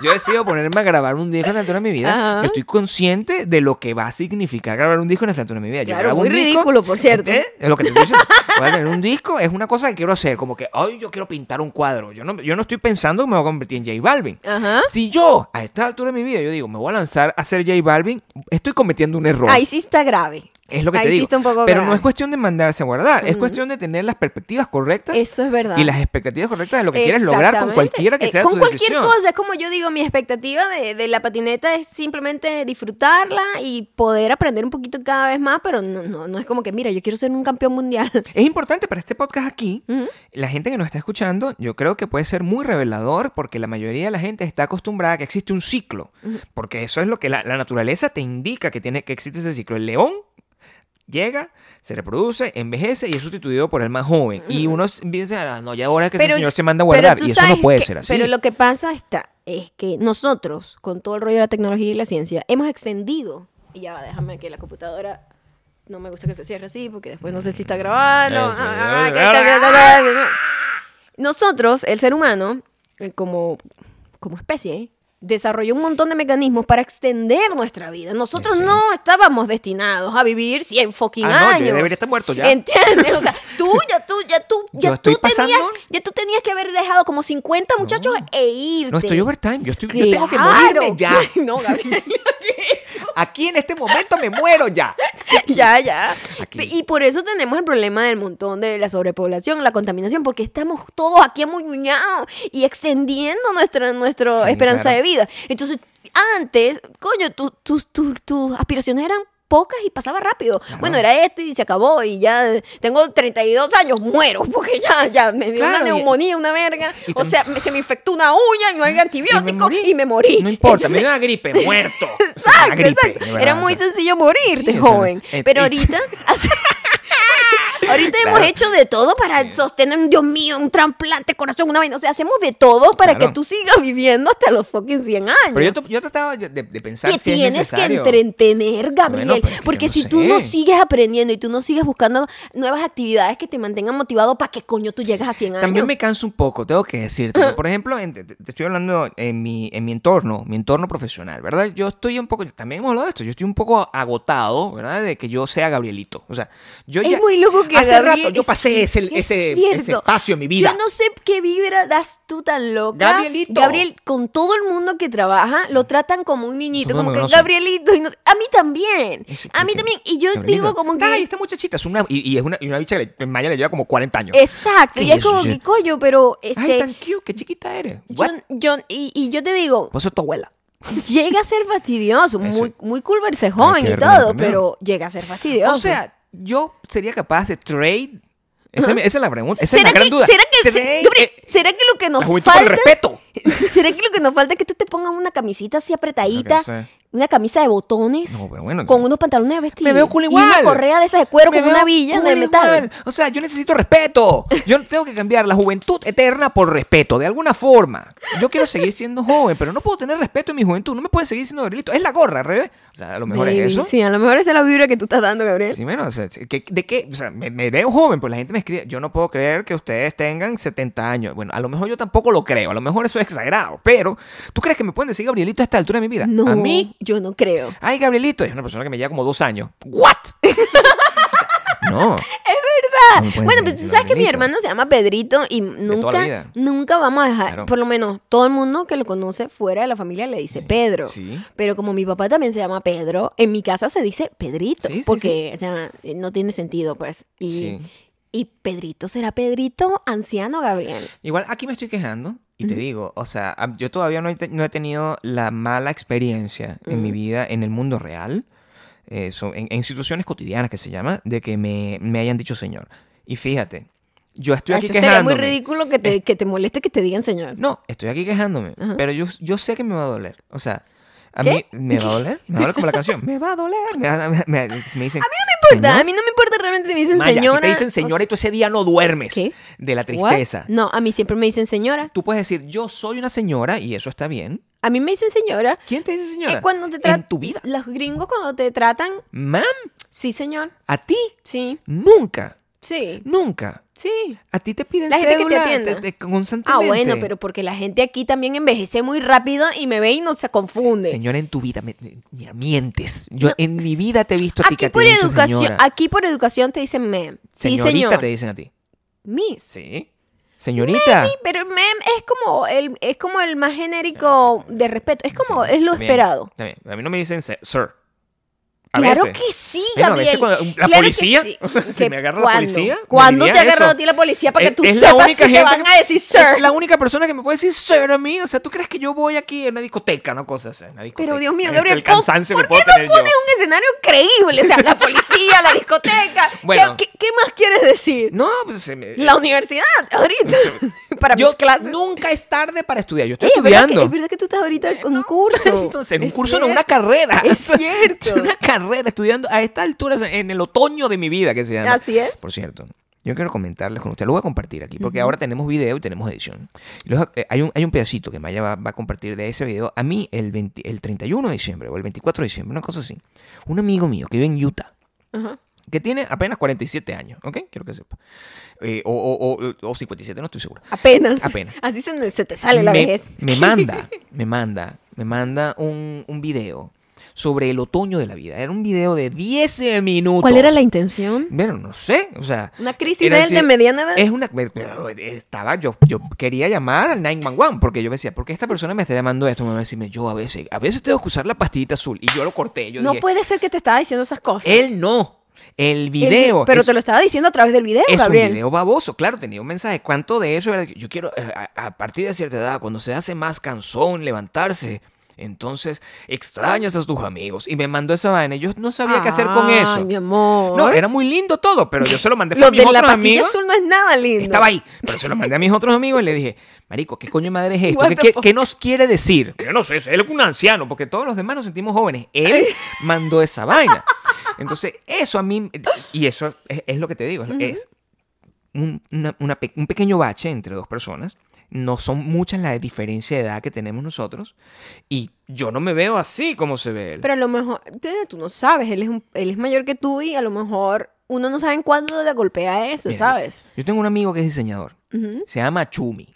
B: yo decido ponerme a grabar un disco en esta altura de mi vida.
A: Ajá.
B: Yo estoy consciente de lo que va a significar grabar un disco en esta altura de mi vida. Yo
A: Claro,
B: grabo
A: muy
B: un disco,
A: ridículo, por cierto.
B: ¿eh? Es lo que te estoy diciendo. Voy a tener un disco, es una cosa que quiero hacer, como que, ay, yo quiero pintar un cuadro. Yo no, yo no estoy pensando que me voy a convertir en J Balvin.
A: Ajá.
B: Si yo, a esta altura de mi vida, yo digo, me voy a lanzar a ser J Balvin, estoy cometiendo un error.
A: Ahí sí está grave.
B: Es lo que
A: Ahí
B: te
A: sí
B: digo.
A: está un poco
B: Pero
A: grave.
B: no es cuestión de mandarse a guardar, es cuestión de tener las perspectivas correctas
A: Eso es verdad.
B: y las expectativas correctas de lo que quieres lograr con
A: Exactamente.
B: cualquiera que
A: Eh,
B: sea
A: Con
B: tu
A: cualquier
B: decisión.
A: cosa. Es como yo digo, mi expectativa de, de la patineta es simplemente disfrutarla y poder aprender un poquito cada vez más, pero no, no, no es como que, mira, yo quiero ser un campeón mundial.
B: Es importante para este podcast aquí,
A: Ujú.
B: la gente que nos está escuchando, yo creo que puede ser muy revelador porque la mayoría de la gente está acostumbrada a que existe un ciclo, porque eso es lo que la, la naturaleza te indica que, tiene, que existe ese ciclo. El león llega, se reproduce, envejece y es sustituido por el más joven. Y uno empieza, "Ah, no, ya ahora es que ese señor se manda a
A: pero
B: guardar
A: tú
B: y eso
A: sabes
B: no puede
A: que-
B: ser así.
A: Pero lo que pasa está, es que nosotros, con todo el rollo de la tecnología y la ciencia, hemos extendido. Y ya va, déjame que la computadora. No me gusta que se cierre así porque después no sé si está grabando.
B: Eso,
A: Ah, ah,
B: ya,
A: que
B: ya,
A: está-
B: ya.
A: está- está- está- está. ah. Nosotros, el ser humano, eh, como, como especie, desarrolló un montón de mecanismos para extender nuestra vida. Nosotros
B: Sí.
A: no estábamos destinados a vivir 100 fucking
B: Ah, no, yo
A: años.
B: debería estar muerto ya.
A: ¿Entiendes?
B: [laughs]
A: O sea, tú, ya tú, ya tú, ya
B: Yo estoy
A: tú tenías-
B: pasando-
A: ya tú tenías que haber dejado como 50 muchachos e irte.
B: No estoy overtime, yo, estoy, yo
A: Claro. [laughs]
B: tengo que morirme ya.
A: No, Gabriel.
B: Aquí en este momento me muero ya.
A: [laughs] ya, ya.
B: Aquí.
A: Y por eso tenemos el problema del montón de la sobrepoblación, la contaminación, porque estamos todos aquí amuñuñados y extendiendo nuestra nuestro
B: Sí,
A: esperanza
B: claro.
A: de vida. Entonces, antes, coño, tu- tus tus- tus aspiraciones eran pocas y pasaba rápido. Bueno, era esto y se acabó y ya tengo 32 años, muero, porque ya, ya me dio
B: Claro,
A: una
B: y-
A: neumonía, una verga.
B: y
A: O
B: tam-
A: sea, me- se me infectó una uña, no hay antibiótico y me morí.
B: No importa, me
A: Entonces-
B: dio una gripe,
A: [laughs]
B: muerto. O sea,
A: Exacto,
B: una gripe,
A: exacto.
B: de verdad,
A: Era
B: o
A: muy
B: sea.
A: sencillo morirte,
B: Sí, o sea,
A: joven.
B: et-
A: Pero
B: et- [laughs]
A: ahorita. ahorita
B: Claro.
A: hemos hecho de todo para sostener, Dios mío, un trasplante, corazón, una vaina. O sea, hacemos de todo para
B: Claro.
A: que tú sigas viviendo hasta los fucking 100 años.
B: Pero yo, t- yo trataba de, de pensar
A: que
B: si es
A: tienes que
B: necesario.
A: entretener, Gabriel.
B: pero es que yo
A: porque
B: no
A: si tú no
B: sé.
A: sigues aprendiendo y tú no sigues buscando nuevas actividades que te mantengan motivado, ¿para qué coño tú llegas a 100 años?
B: También me canso un poco, tengo que decirte. Por ejemplo, en- te, te estoy hablando en mi, en mi entorno, mi entorno profesional, ¿verdad? Yo estoy un poco, también hemos hablado de esto, yo estoy un poco agotado, ¿verdad? De que yo sea Gabrielito. O sea, yo
A: Es
B: ya...
A: muy loco que
B: hace
A: Gabriel-
B: rato yo
A: es-
B: pasé ese,
A: es
B: ese,
A: cierto.
B: ese espacio en mi vida.
A: Yo no sé qué vibra das tú tan loca.
B: Gabrielito.
A: Gabriel, con todo el mundo que trabaja, lo tratan como un niñito,
B: Todo
A: como que
B: amoroso.
A: Gabrielito. y no- a mí también.
B: Es-
A: A mí
B: es-
A: también. Y yo
B: Gabrielito.
A: digo como que.
B: Ay, esta muchachita es una... Y, y es una, y una bicha que le- en Maya le lleva como 40 años.
A: Exacto. Y
B: Sí,
A: es como
B: sí,
A: que
B: sí.
A: coño, pero este.
B: Ay, tan cute, qué chiquita eres.
A: yo-
B: What?
A: yo- y, y yo te digo,
B: Vos sos tu abuela.
A: llega a ser fastidioso.
B: Eso-
A: Muy, muy cool verse joven
B: que
A: y
B: ver con él
A: todo,
B: también.
A: pero llega a ser fastidioso.
B: O sea, yo sería capaz de trade. Esa, es- esa es la pregunta. Esa es
A: ¿será
B: la gran
A: que,
B: duda.
A: ¿será que,
B: Trade,
A: Gabriel,
B: eh,
A: será que lo que
B: la
A: nos
B: juventud por el
A: falta
B: respeto.
A: [laughs] ¿Será que lo que nos falta es que tú te pongas una camisita así apretadita?
B: Lo que sea.
A: Una camisa de botones.
B: No, pero bueno,
A: con
B: que-
A: unos pantalones de vestir.
B: Me veo cool
A: Y una
B: igual.
A: correa de esas de cuero
B: Me
A: con una
B: veo
A: villa de
B: cool
A: metal.
B: igual. O sea, yo necesito respeto. Yo tengo que cambiar la juventud eterna por respeto, de alguna forma. Yo quiero seguir siendo joven, pero no puedo tener respeto en mi juventud. No me pueden seguir siendo delito. Es la gorra, al revés. O sea, a lo mejor
A: Baby,
B: es eso.
A: Sí, a lo mejor esa es la vibra que tú estás dando, Gabriel.
B: Sí, bueno, o sea, ¿qué- ¿de qué? O sea, me, me veo joven, pues la gente me escribe, yo no puedo creer que ustedes tengan 70 años. Bueno, a lo mejor yo tampoco lo creo, a lo mejor eso es exagerado, pero ¿tú crees que me pueden decir Gabrielito a esta altura de mi vida?
A: No,
B: A mí,
A: yo no creo.
B: ay, Gabrielito, es una persona que me lleva como dos años. ¿What? [laughs] O sea,
A: Ah,
B: no. No me pueden
A: bueno,
B: decir
A: pero tú
B: eso,
A: sabes que mi
B: Gabrielito.
A: hermano se llama Pedrito y
B: toda la vida.
A: nunca, nunca vamos a dejar,
B: Claro.
A: por lo menos todo el mundo que lo conoce fuera de la familia le dice Pedro.
B: sí.
A: Pero como mi papá también se llama Pedro, en mi casa se dice Pedrito,
B: Sí, sí,
A: porque o sea, eh, no tiene sentido, pues. Y,
B: Sí.
A: y Pedrito será Pedrito anciano, Gabriel.
B: Igual aquí me estoy quejando y te digo, o sea, a- yo todavía no he, te- no he tenido la mala experiencia en
A: Mm.
B: mi vida en el mundo real, eh, so- en, en situaciones cotidianas que se llama, de que me, me hayan dicho señor. Y fíjate, yo estoy
A: Ay,
B: aquí
A: Ah, Eso sería muy
B: quejándome. Eh.
A: ridículo que te, que te moleste que te digan señor.
B: No, estoy aquí quejándome, pero yo, yo sé que me va a doler. O sea, a
A: ¿Qué?
B: mí me va a doler, me va a doler como
A: [laughs]
B: la canción, me va a doler. Me, va- me- me- me dicen,
A: No importa, a mí no me importa realmente si me dicen
B: Maya, si
A: señora.
B: te dicen
A: o
B: señora y tú ese día no duermes
A: ¿Qué?
B: de la
A: sea, what?
B: tristeza.
A: No, a mí siempre me dicen señora.
B: Tú puedes decir, yo soy una señora y eso está bien.
A: A mí me dicen señora.
B: ¿Quién te dice señora?
A: Es cuando te
B: En
A: tratan.
B: tu vida.
A: Los gringos cuando te tratan,
B: Mam,
A: sí, señor.
B: a ti.
A: Sí,
B: Nunca.
A: sí,
B: Nunca.
A: sí.
B: A ti te piden
A: La gente que te
B: cédula,
A: atienda.
B: te- te- constantemente.
A: Ah, bueno, pero porque la gente aquí también envejece muy rápido y me ve y no se confunde.
B: Señora, en tu vida me, me mientes. Yo en mi vida te he visto a ti
A: Aquí
B: que
A: por
B: te dicen
A: educación,
B: señora.
A: aquí por educación te dicen ma'am. Sí,
B: Señorita
A: señor.
B: te dicen a ti.
A: Miss.
B: Sí. Señorita.
A: Sí, pero ma'am es como el es como el más genérico de respeto, es como es lo
B: Está bien,
A: esperado.
B: está bien. A mí no me dicen se- sir. A
A: Claro
B: veces.
A: que sí,
B: Bueno, a
A: Gabriel.
B: veces cuando- la
A: Claro que
B: policía,
A: sí.
B: [laughs] o sea, si
A: ¿Que
B: me agarra la
A: cuándo?
B: policía, me
A: ¿Cuándo te ha
B: dirían
A: agarrado
B: eso.
A: a ti la policía para que
B: Es-
A: tú
B: es la
A: sepas si
B: única
A: te
B: gente
A: van
B: que-
A: a decir
B: Es
A: sir?
B: la única persona que me puede decir sir a mí. O sea, ¿tú crees que yo voy aquí a una discoteca, una cosa así? Una discoteca. Este,
A: Pero Dios mío,
B: El-
A: Gabriel,
B: el
A: ¿por,
B: cansancio
A: ¿por
B: que puedo
A: qué no
B: tener yo.
A: pones un escenario creíble? O sea, la policía, la discoteca. ¿Qué-
B: [laughs] Bueno.
A: ¿Qué, qué más quieres decir?
B: No, pues se me-
A: La universidad, ahorita, [laughs] para
B: yo
A: mis clases.
B: nunca es tarde para estudiar. Yo estoy
A: Oye, es verdad que-
B: estudiando. Eh,
A: es verdad que tú estás ahorita en un
B: [laughs]
A: curso.
B: Entonces, en un
A: Es
B: curso no,
A: cierto.
B: una carrera.
A: Es
B: [laughs] Es
A: cierto.
B: una carrera estudiando a esta altura, o sea, en el otoño de mi vida, que se llama.
A: Así es.
B: Por cierto, yo quiero comentarles con ustedes, lo voy a compartir aquí, porque ahora tenemos video y tenemos edición. Y los- eh, hay, un, hay un pedacito que Maya va, va a compartir de ese video a mí el, 20 el 31 de diciembre o el 24 de diciembre, una cosa así. Un amigo mío que vive en Utah
A: Ajá.
B: que tiene apenas 47 años, ¿ok? Quiero que sepa. Eh, o, o- o- o 57, no estoy seguro.
A: Apenas.
B: Apenas.
A: Así se, se te sale la
B: me,
A: vejez.
B: me manda, me manda, me manda un, un video sobre el otoño de la vida. Era un video de 10 minutos.
A: [laughs] ¿Cuál era la intención?
B: Bueno, no sé, o sea...
A: ¿Una crisis
B: era
A: de, él de
B: decir,
A: mediana edad?
B: Es una... pero Estaba, yo, yo quería llamar al 911 porque yo me decía, ¿por qué esta persona me está llamando esto? Me va a decirme, yo a veces, a veces tengo que usar la pastillita azul. Y yo lo corté, yo
A: no
B: dije,
A: puede ser que te estaba diciendo esas cosas.
B: él no. El
A: El vi-
B: video.
A: pero
B: es-
A: te lo estaba diciendo a través del video,
B: es
A: Gabriel.
B: un video baboso, claro, tenía un mensaje. ¿Cuánto de eso era? de que Yo quiero, eh, a, a partir de cierta edad, cuando se hace más cansón levantarse, entonces extrañas a tus amigos. Y me mandó esa vaina. y Yo no sabía qué hacer con
A: Ay,
B: eso.
A: mi amor.
B: No, era muy lindo todo, pero yo se lo mandé fue a
A: Lo
B: mis
A: de la
B: otros
A: pastilla
B: amigos.
A: azul no es nada lindo. [laughs]
B: Estaba ahí, pero se lo mandé a mis otros amigos y le dije, Marico, ¿qué coño de madre es esto?
A: What
B: ¿Qué,
A: the
B: qué-
A: fuck?
B: qué nos quiere decir? Yo no sé, es él es un anciano, porque todos los demás nos sentimos jóvenes. Él mandó
A: [laughs]
B: esa vaina. Entonces, eso a mí, y eso es, es lo que te digo, es- es un, una- una pe- un pequeño bache entre dos personas. No son muchas la diferencia de edad que tenemos nosotros. Y yo no me veo así como se ve él.
A: Pero a lo mejor, tú- tú no sabes, él es, un- él es mayor que tú y a lo mejor uno no sabe en cuándo le golpea eso,
B: Mira,
A: ¿sabes?
B: Yo tengo un amigo que es diseñador. Se llama Chumi.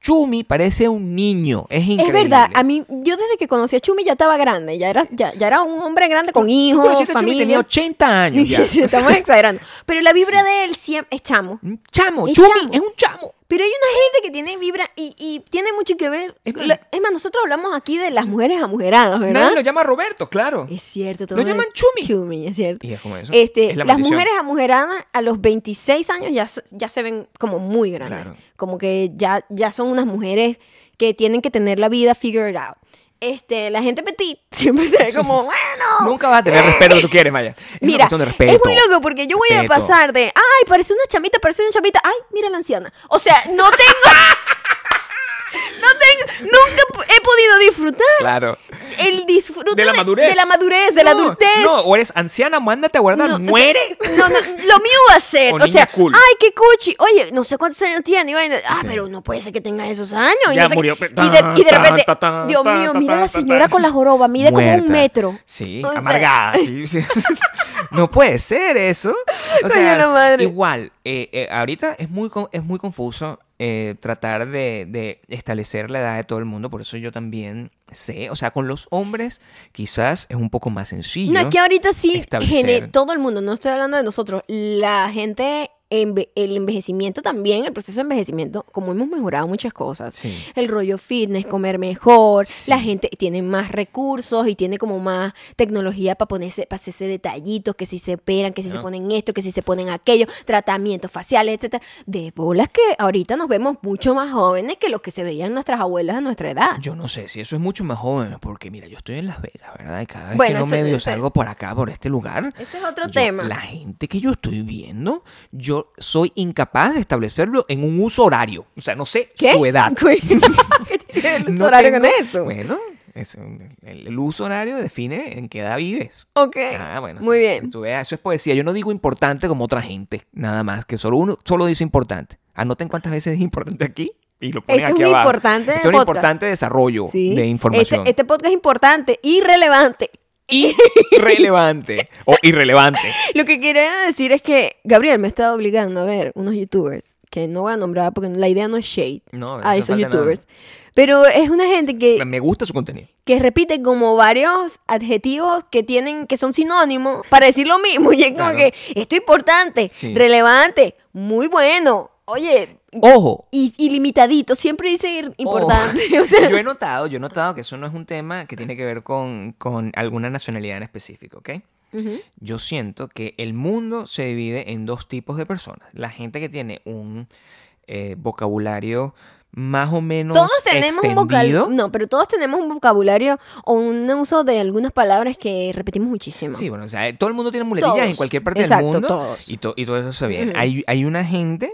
B: Chumi parece un niño. Es
A: Es
B: increíble.
A: verdad, a mí, yo desde que conocí a Chumi ya estaba grande, ya era, ya, ya era un hombre grande con
B: Tú
A: hijos,
B: conociste a este Chumi, tenía
A: familia.
B: 80 años ya.
A: [laughs] Sí,
B: [laughs]
A: Estamos exagerando. Pero la vibra de él siempre es chamo.
B: Un chamo,
A: Es
B: Chumi,
A: chamo.
B: es un chamo.
A: Pero hay una gente que tiene vibra y, y tiene mucho que ver.
B: Es más-
A: La- Es más, nosotros hablamos aquí de las mujeres amujeradas, ¿verdad?
B: Nadie lo llama Roberto, claro.
A: Es cierto. todo
B: Lo
A: el mundo-
B: llaman chumi.
A: Chumi, es cierto.
B: Y es como eso.
A: Este,
B: Es la
A: las
B: maldición.
A: mujeres amujeradas a los 26 años ya, so- ya se ven como muy grandes.
B: Claro.
A: Como que ya, ya son unas mujeres que tienen que tener la vida figured out. Este, la gente petit [laughs] siempre se ve como,
B: [laughs]
A: bueno. Eh,
B: Nunca vas
A: [laughs]
B: a tener respeto que tú quieres, Maya. Es una
A: Mira,
B: cuestión de respeto.
A: es muy loco porque yo voy a
B: Respeto.
A: pasar de, ay, parece una chamita, parece una chamita, ay, mira la anciana. O sea, no tengo,
B: [laughs]
A: [laughs] no tengo, nunca p- he podido disfrutar
B: Claro.
A: el disfrute
B: De la madurez.
A: de la madurez, de la
B: No,
A: adultez.
B: No, o eres anciana, mándate a guardar.
A: No, o sea,
B: Muere.
A: No, no, lo mío va a ser.
B: O
A: O,
B: niña
A: sea,
B: cool.
A: ay, qué cuchi. Oye, no sé cuántos años tiene. y vaina. Ah, pero no puede ser que tenga esos años. y
B: Ya
A: no sé qué.
B: murió, pe-
A: Y de, y de
B: tan,
A: repente,
B: tan, tan,
A: Dios
B: tan,
A: mío,
B: tan,
A: mira a la
B: tan, tan,
A: señora
B: tan.
A: con la joroba. Mide como un
B: Muerta.
A: metro.
B: Sí,
A: O sea,
B: amargada.
A: [laughs]
B: sí, sí. no puede ser eso. O
A: Coño
B: sea,
A: la madre.
B: igual, eh, eh, ahorita es muy, con- es muy confuso eh, tratar de, de establecer la edad de todo el mundo. Por eso yo también sé. O sea, con los hombres quizás es un poco más sencillo.
A: No, es que ahorita sí,
B: establecer.
A: gene- todo el mundo, no estoy hablando de nosotros, la gente, enve- el envejecimiento también, el proceso de envejecimiento, como hemos mejorado muchas cosas,
B: Sí.
A: el rollo fitness, comer mejor, la gente tiene más recursos y tiene como más tecnología para ponerse, para hacerse detallitos, que si se operan, que si se
B: Ya.
A: ponen esto, que si se ponen aquello, tratamientos faciales, etcétera, de bolas que ahorita nos vemos mucho más jóvenes que los que se veían nuestras abuelas a nuestra edad.
B: Yo no sé si eso es mucho más joven, porque mira, yo estoy en Las Vegas, ¿verdad? Y cada vez
A: Bueno,
B: que yo
A: eso-
B: medio
A: eso-
B: salgo por acá, por este lugar.
A: Ese es otro
B: yo-
A: tema.
B: La gente que yo estoy viendo, yo soy incapaz de establecerlo en un uso horario. O sea, no sé
A: ¿Qué?
B: su edad.
A: [laughs]
B: [laughs]
A: ¿Qué tiene el
B: No
A: horario
B: tengo-
A: con eso?
B: Bueno, es un- el, el uso horario define en qué edad vives.
A: Ok.
B: [laughs] Ah, bueno.
A: Muy
B: sí,
A: bien.
B: tú veas, eso es poesía. Yo no digo importante como otra gente, nada más, que solo uno solo dice importante. Anoten cuántas veces es importante aquí y lo ponen
A: Este es
B: aquí
A: un
B: abajo.
A: importante
B: Esto es un
A: podcast.
B: importante desarrollo
A: Sí.
B: de información.
A: Este, este podcast es importante y relevante. [laughs]
B: Irrelevante o irrelevante.
A: Lo que quería decir es que Gabriel me estaba obligando a ver unos youtubers que no voy a nombrar porque la idea no es shade
B: No,
A: a
B: eso
A: esos
B: falta nada.
A: youtubers. Pero es una gente que,
B: Me gusta su contenido.
A: que repite como varios adjetivos que tienen que son sinónimos para decir lo mismo. [laughs] Y es como
B: Claro.
A: que esto es importante,
B: Sí.
A: relevante, muy bueno. Oye,
B: Ojo.
A: y, y limitadito, siempre dice ir- importante. [laughs]
B: Ojo.
A: o sea,
B: Oh, yo he notado, yo he notado que eso no es un tema que tiene que ver con, con alguna nacionalidad en específico, ¿ok?
A: Ujú.
B: Yo siento que el mundo se divide en dos tipos de personas. La gente que tiene un eh, vocabulario más o menos
A: Todos tenemos un
B: extendido.
A: vocabulario. No, pero todos tenemos un vocabulario o un uso de algunas palabas que repetimos muchísimo.
B: Sí, bueno, o sea, todo el mundo tiene muletillas
A: Todos.
B: en cualquier parte
A: Exacto,
B: del mundo.
A: todos.
B: Y, to- y todo eso se ve.
A: Ujú.
B: hay, hay una gente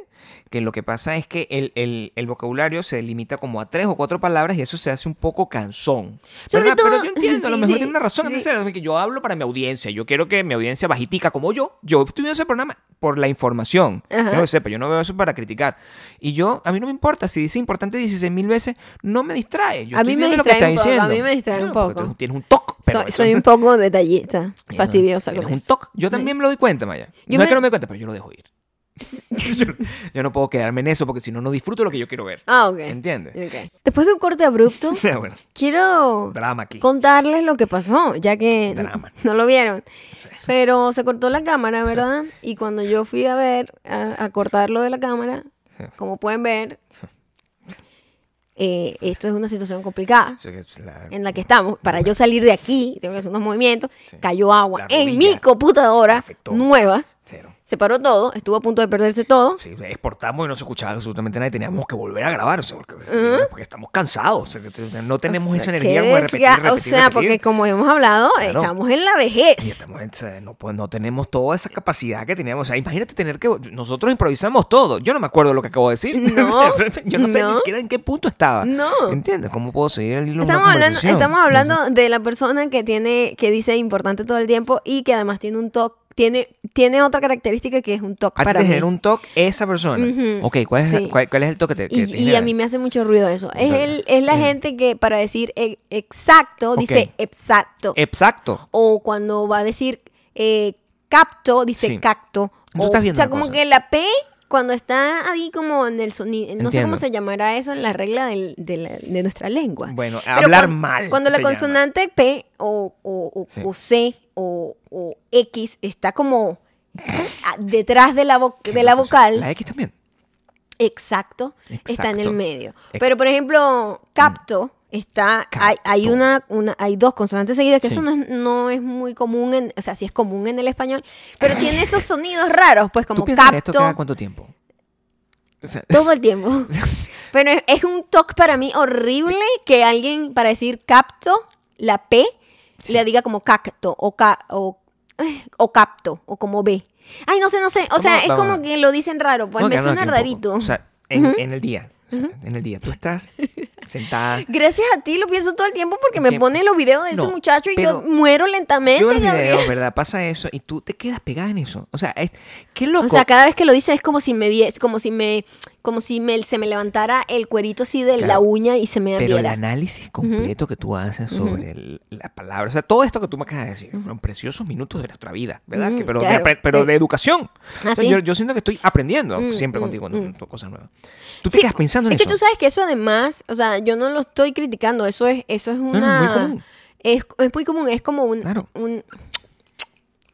B: que lo que pasa es que el, el- el vocabulario se limita como a tres o cuatro palabras y eso se hace un poco cansón.
A: Sobre
B: pero, pero
A: todo-
B: yo entiendo, a
A: [laughs]
B: lo
A: sí,
B: mejor
A: sí,
B: tiene una razón.
A: sí.
B: en serio, es que yo hablo para mi audiencia. Yo quiero que mi audiencia bajitica como yo, yo estoy viendo ese programa por la información.
A: Ajá.
B: Yo que sepa, yo no veo eso para criticar. Y yo, a mí no me importa. Si dice importante 16 mil veces, no me distrae. Yo
A: A
B: estoy
A: mí me
B: viendo lo que está
A: distrae un poco, a
B: diciendo.
A: mí me distrae un
B: Claro, porque
A: poco.
B: tú Tienes un toque. pero
A: soy,
B: eso-
A: soy un poco detallista,
B: [laughs] Mira,
A: fastidiosa.
B: tienes
A: con
B: un
A: eso.
B: toque. Yo también me lo doy cuenta, Maya.
A: Yo
B: no
A: me-
B: es que no me doy cuenta, pero yo lo dejo ir. [laughs] yo, yo no puedo quedarme en eso porque si no, no disfruto lo que yo quiero ver.
A: Ah, ok.
B: ¿Entiendes?
A: Ok. Después de un corte abrupto,
B: [laughs] O sea, bueno,
A: quiero
B: drama aquí.
A: contarles lo que pasó, ya que n-
B: Drama.
A: [laughs] no lo vieron. Pero se cortó la cámara, ¿verdad? Y cuando yo fui a ver, a, a cortar lo de la cámara, como pueden ver, eh, esto es una situación complicada
B: O sea, que es la-
A: en la que estamos. Para yo salir de aquí, tengo que hacer unos movimientos.
B: Sí.
A: Cayó agua
B: La
A: en
B: rodilla
A: mi computadora
B: afectó.
A: nueva.
B: Cero.
A: Se paró todo, estuvo a punto de perderse todo.
B: Sí, exportamos y no se escuchaba absolutamente nada y teníamos que volver a grabar, o sea, porque, porque estamos cansados, o sea, no tenemos
A: O sea,
B: esa
A: qué
B: energía como de repetir,
A: desga-
B: repetir,
A: O sea,
B: repetir.
A: porque como hemos hablado,
B: Claro.
A: estamos en la
B: Y
A: vejez.
B: estamos, o sea, no, pues, no tenemos toda esa capacidad que teníamos. O sea, imagínate tener que. Nosotros improvisamos todo. Yo no me acuerdo lo que acabo de decir. [laughs]
A: No,
B: Yo no sé
A: no.
B: ni siquiera en qué punto estaba.
A: No.
B: ¿Entiendes? ¿Cómo puedo seguir el hilo de una
A: Estamos hablando,
B: conversación?
A: estamos hablando de la persona que tiene, que dice importante todo el tiempo y que además tiene un toque, tiene, tiene otra característica que es un toque
B: A ti
A: para
B: te
A: mí.
B: genera un toque esa persona.
A: Ujú.
B: Ok, ¿cuál es,
A: Sí.
B: cuál, cuál es el toque que te, que
A: y,
B: te
A: y
B: genera?
A: a mí me hace mucho ruido eso. Es, el, es la gente que para decir e- exacto dice
B: Ok.
A: exacto.
B: Exacto.
A: o cuando va a decir eh, capto dice
B: Sí.
A: cacto.
B: Tú
A: o,
B: estás viendo
A: o sea,
B: una
A: como
B: cosa.
A: que la P cuando está ahí como en el sonido, no sé
B: Entiendo.
A: cómo se llamará eso en la regla del- de, la- de nuestra lengua.
B: Bueno, hablar
A: cuan-
B: mal
A: Cuando la
B: se llama.
A: consonante P o, o- o-
B: Sí.
A: o C o, o X está como a- detrás de la, vo- de la
B: Una cosa.
A: vocal,
B: La X también.
A: exacto, está en el
B: Exacto.
A: medio.
B: Ex- Mm.
A: Pero por ejemplo, capto está hay, hay
B: Capto.
A: una, una- hay dos consonantes seguidas que
B: Sí.
A: eso no es, no es muy común en, o sea, sí es común en el
B: [laughs]
A: español, pero tiene esos sonidos raros, pues como
B: ¿Tú piensas en esto cada [laughs]
A: capto
B: cuánto tiempo? O sea, [laughs]
A: todo el tiempo. Pero es, es un toque para mí horrible que alguien para decir capto la P le diga como cacto o ca- o [sighs] ay, o capto o como B. Ay, no sé, no sé. O sea,
B: Vamos,
A: es
B: vamos.
A: como que lo dicen raro, pues
B: vamos a
A: me
B: quedarnos
A: suena
B: aquí un poco.
A: rarito.
B: O sea, en, en el día. o sea, En el día. Tú
A: [laughs]
B: estás sentada.
A: Gracias a ti lo pienso todo el tiempo porque me
B: Tiempo.
A: ponen los videos de
B: No,
A: ese muchacho y yo
B: pero-
A: muero lentamente,
B: Yo veo los
A: Gabriel.
B: videos, ¿verdad? Pasa eso y tú te quedas pegada en eso. O sea, es, qué loco.
A: O sea, cada vez que lo dice es como si me diese- como si me como si me, se me levantara el cuerito así de la
B: Claro.
A: uña y se me
B: pero el
A: abriera.
B: análisis completo que tú haces sobre el- la palabra, o sea, todo esto que tú me acabas de decir, fueron preciosos minutos de nuestra vida, ¿verdad?
A: Ujú,
B: Que- pero,
A: claro.
B: de, pero
A: Sí.
B: de educación.
A: Ah,
B: O sea,
A: ¿sí?
B: yo, yo siento que estoy aprendiendo
A: Mm,
B: siempre
A: mm,
B: contigo
A: mm.
B: cosas nuevas. Tú te
A: Sí,
B: quedas pensando en
A: es que
B: eso.
A: tú sabes que eso además, o sea, yo no lo estoy criticando, eso es eso es
B: no,
A: una
B: es muy común.
A: Es, es muy común, es como un,
B: Claro.
A: un-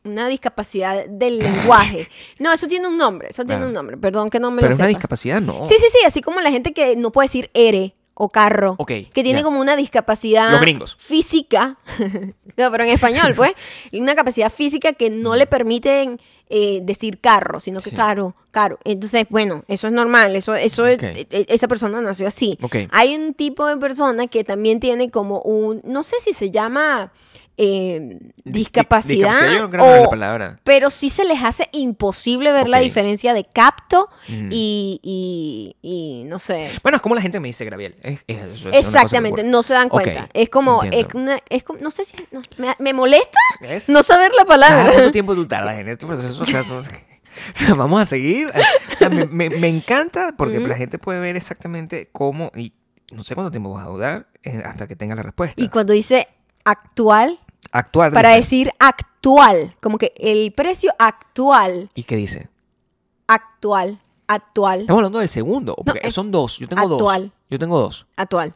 A: una discapacidad del lenguaje. No, eso tiene un nombre, eso tiene
B: Claro.
A: un nombre, perdón que no me
B: pero
A: lo
B: es una
A: sepa.
B: discapacidad, no.
A: Sí, sí, sí, así como la gente que no puede decir ere o carro,
B: Ok,
A: que tiene
B: ya.
A: como una discapacidad
B: Los gringos.
A: física, [laughs] no, pero en español,
B: [laughs]
A: pues, una capacidad física que no le permiten eh, decir carro, sino que
B: Mm. Sí.
A: caro, caro. Entonces, bueno, eso es normal, eso, eso, es-
B: Ok.
A: e- e- esa persona nació así.
B: Ok.
A: Hay un tipo de persona que también tiene como un, no sé si se llama eh,
B: Di- di-
A: discapacidad,
B: Yo no creo que es la
A: o-
B: palabra.
A: pero sí se les hace imposible ver la
B: Ok.
A: diferencia de capto
B: Mm.
A: y, y- y no sé.
B: Bueno, es como la gente me dice Gabriel. Es- es- es una cosa que
A: Exactamente,
B: ocurre.
A: no se dan
B: Ok,
A: cuenta. es como, es
B: entiendo.
A: una- es como- no sé si, no, me, me molesta [laughs]
B: ¿Ves?
A: no saber la
B: Cada
A: palabra.
B: ¿Cuánto tiempo tú tardas en este proceso? O sea, tú- [laughs] o sea, vamos a seguir. O sea, me, me- me encanta porque la gente puede ver exactamente cómo y no sé cuánto tiempo vas a durar eh, hasta que tenga la respuesta.
A: Y cuando dice actual,
B: Actuar.
A: para
B: dice.
A: decir actual, como que el precio actual,
B: ¿Y qué dice?
A: actual, actual,
B: Estamos hablando del segundo. Porque
A: es
B: son dos. Yo tengo
A: eh, actual.
B: dos. Yo tengo dos.
A: actual.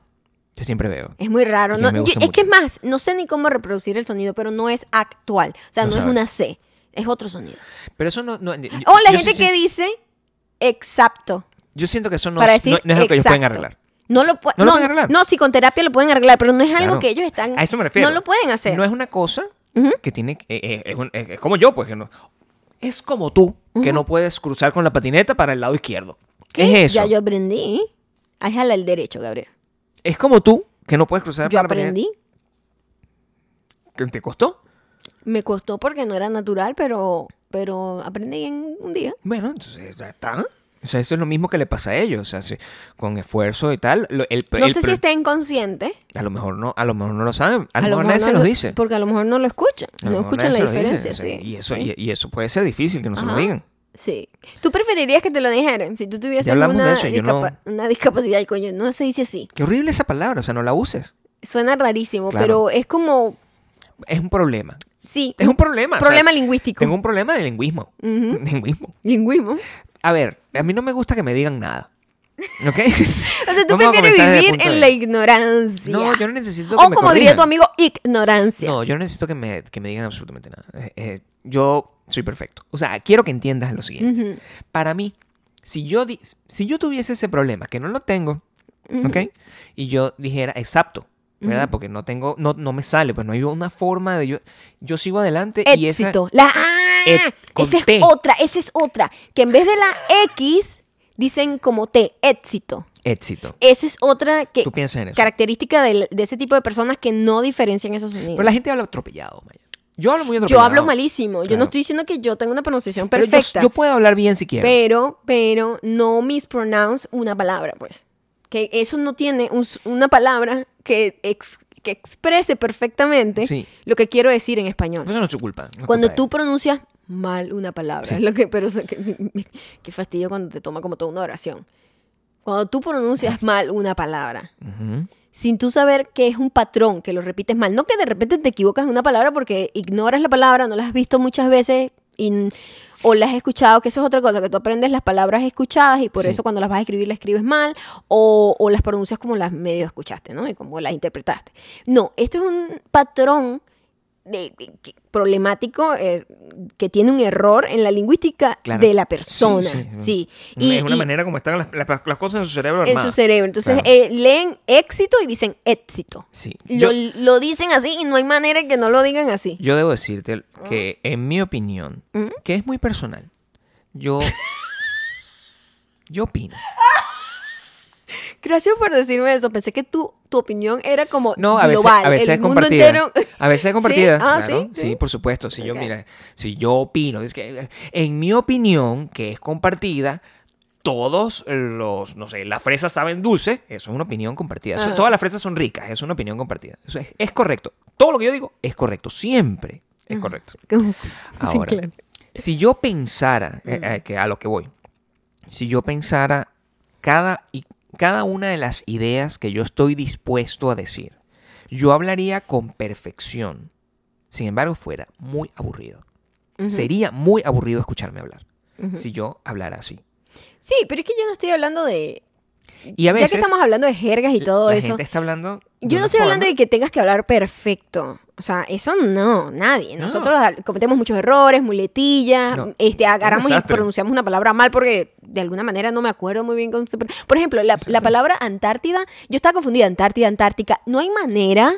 B: Yo siempre veo.
A: Es muy raro.
B: Y
A: no-
B: me
A: yo-
B: gusta
A: es que es
B: mucho.
A: más, no sé ni cómo reproducir el sonido, pero no es actual. O sea, no,
B: No
A: es
B: sabes.
A: una C, es otro sonido.
B: Pero eso no. no- yo-
A: O la
B: yo
A: gente
B: sí-
A: que dice exacto.
B: Yo siento que eso no,
A: para
B: no-
A: decir
B: no es algo que ellos pueden
A: exacto.
B: arreglar.
A: No lo, pue-
B: No lo
A: no,
B: pueden arreglar.
A: No, sí, con terapia lo pueden arreglar, pero no es algo
B: Claro.
A: que ellos están.
B: A eso me refiero.
A: No lo pueden hacer.
B: No es una cosa que tiene. que- eh, eh, es, un- eh, es como yo, pues. que no- es como tú, que no puedes cruzar con la patineta para el lado izquierdo.
A: ¿Qué?
B: Es eso.
A: Ya yo aprendí. Ay, jala el derecho, Gabriel.
B: Es como tú, que no puedes cruzar
A: Yo
B: con la patineta.
A: aprendí.
B: ¿Que ¿Te costó?
A: Me costó porque no era natural, pero, pero aprendí en un día.
B: Bueno, entonces ya está. O sea, eso es lo mismo que le pasa a ellos. O sea, si- con esfuerzo y tal. lo- el-
A: No
B: el
A: sé si
B: pro-
A: está inconsciente.
B: A lo mejor no, a lo mejor no lo saben. A, lo mejor nadie
A: no
B: se los
A: lo-
B: dice.
A: Porque a lo mejor no lo escuchan.
B: A lo
A: No
B: mejor
A: escuchan la
B: nadie se lo dice,
A: diferencia,
B: o sea,
A: sí.
B: Y eso, y, y eso puede ser difícil que no se lo
A: Ajá.
B: digan.
A: Sí. ¿Tú preferirías que te lo dijeran? Si tú tuvieses
B: Ya hablamos de
A: una,
B: eso, yo no-
A: discapa- una discapacidad, y coño, no se dice así.
B: Qué horrible esa palabra, o sea, no la uses.
A: Suena rarísimo,
B: Claro.
A: pero es como.
B: Es un problema.
A: Sí.
B: Es un problema. o sea,
A: Problema lingüístico.
B: Tengo un problema de [laughs] lingüismo. Lingüismo.
A: Lingüismo.
B: a ver, a mí no me gusta que me digan nada. ¿Ok?
A: [laughs] O
B: [laughs]
A: sea, tú prefieres vivir en la ignorancia.
B: No, yo no necesito que
A: o
B: me
A: como diría
B: corrijan.
A: tu amigo, ignorancia.
B: No, yo no necesito que me, que me digan absolutamente nada. Eh, eh, yo soy perfecto. O sea, quiero que entiendas lo siguiente.
A: Ujú,
B: Para mí, si yo, di- si yo tuviese ese problema, que no lo tengo,
A: ujú.
B: ¿ok? Y yo dijera, exacto, ¿verdad?
A: Ujú.
B: Porque no tengo, no, no me sale, pues no hay una forma de yo. Yo sigo adelante y esa.
A: Éxito. La ah,
B: Et- con
A: esa es
B: T.
A: otra, esa es otra. Que en vez de la X, dicen como T, éxito.
B: Éxito.
A: Esa es otra que,
B: Tú piensas en eso.
A: característica del- de, ese tipo de personas que no diferencian esos sonidos.
B: Pero la gente habla atropellado, Maya. Yo hablo muy
A: Yo
B: atropellado.
A: hablo malísimo. Yo
B: Claro.
A: no estoy diciendo que yo tengo una pronunciación
B: Pero yo-
A: perfecta.
B: Yo, puedo hablar bien si quiero.
A: Pero, pero no mispronounce una palabra, pues. Que eso no tiene un s- una palabra que, ex- que exprese perfectamente
B: Sí.
A: lo que quiero decir en español.
B: Eso no es su culpa. no es
A: cuando
B: culpa de
A: tú pronuncias mal una palabra,
B: Sí.
A: es lo que, pero eso que, [laughs] qué fastidio cuando te toma como toda una oración. Cuando tú
B: [laughs]
A: pronuncias mal una palabra,
B: él. Ujú.
A: sin tú saber que es un patrón, que lo repites mal. No que de repente te equivocas en una palabra porque ignoras la palabra, no la has visto muchas veces y n- o la has escuchado, que eso es otra cosa, que tú aprendes las palabras escuchadas y por
B: Sí.
A: eso cuando las vas a escribir las escribes mal o, o las pronuncias como las medio escuchaste, ¿no? Y como las interpretaste. No, esto es un patrón de- de- que- problemático eh, que tiene un error en la lingüística
B: Claro.
A: de la persona.
B: Sí,
A: Sí.
B: sí.
A: Y-
B: es una
A: y-
B: manera como están las, las- las cosas en su cerebro.
A: en su
B: armadas.
A: cerebro. Entonces
B: Claro.
A: eh, leen éxito y dicen éxito.
B: Sí.
A: Lo,
B: Yo,
A: lo dicen así y no hay manera que no lo digan así.
B: yo debo decirte que,
A: Ah.
B: en mi opinión,
A: ¿Mm?
B: que es muy personal,
A: [laughs]
B: yo. yo opino.
A: Gracias por decirme eso. Pensé que tu, tu opinión era como
B: No, a veces,
A: global,
B: a veces
A: el
B: es
A: mundo
B: compartida.
A: entero. [laughs]
B: A veces es compartida.
A: Ah,
B: claro.
A: ¿sí?
B: ¿sí? por supuesto. Si yo,
A: Ok.
B: mira, si yo opino, es que eh, en mi opinión, que es compartida, todos los, no sé, las fresas saben dulce, eso es una opinión compartida. Eso-
A: Ajá.
B: Todas las fresas son ricas, eso es una opinión compartida. Eso es, es correcto. Todo lo que yo digo es correcto, siempre es correcto.
A: Como- [laughs] sí,
B: [laughs] Ahora,
A: claro.
B: si yo pensara, eh, eh, que a lo que voy, si yo pensara cada, y cada una de las ideas que yo estoy dispuesto a decir, yo hablaría con perfección. Sin embargo, fuera muy aburrido.
A: Ujú.
B: Sería muy aburrido escucharme hablar
A: Ujú.
B: si yo hablara así.
A: Sí, pero es que yo no estoy hablando de.
B: Y a veces
A: ya que estamos hablando de jergas y todo
B: la
A: eso.
B: gente está hablando. de
A: Yo
B: una
A: no estoy hablando
B: forma-
A: de que tengas que hablar perfecto. O sea, eso no, nadie.
B: No.
A: Nosotros al- cometemos muchos errores, muletillas,
B: No,
A: este, agarramos y
B: desastre.
A: pronunciamos una palabra mal porque de alguna manera no me acuerdo muy bien cómo se pronuncia. Por ejemplo, la,
B: Exacto.
A: la palabra Antártida, yo estaba confundida, Antártida, Antártica. No hay manera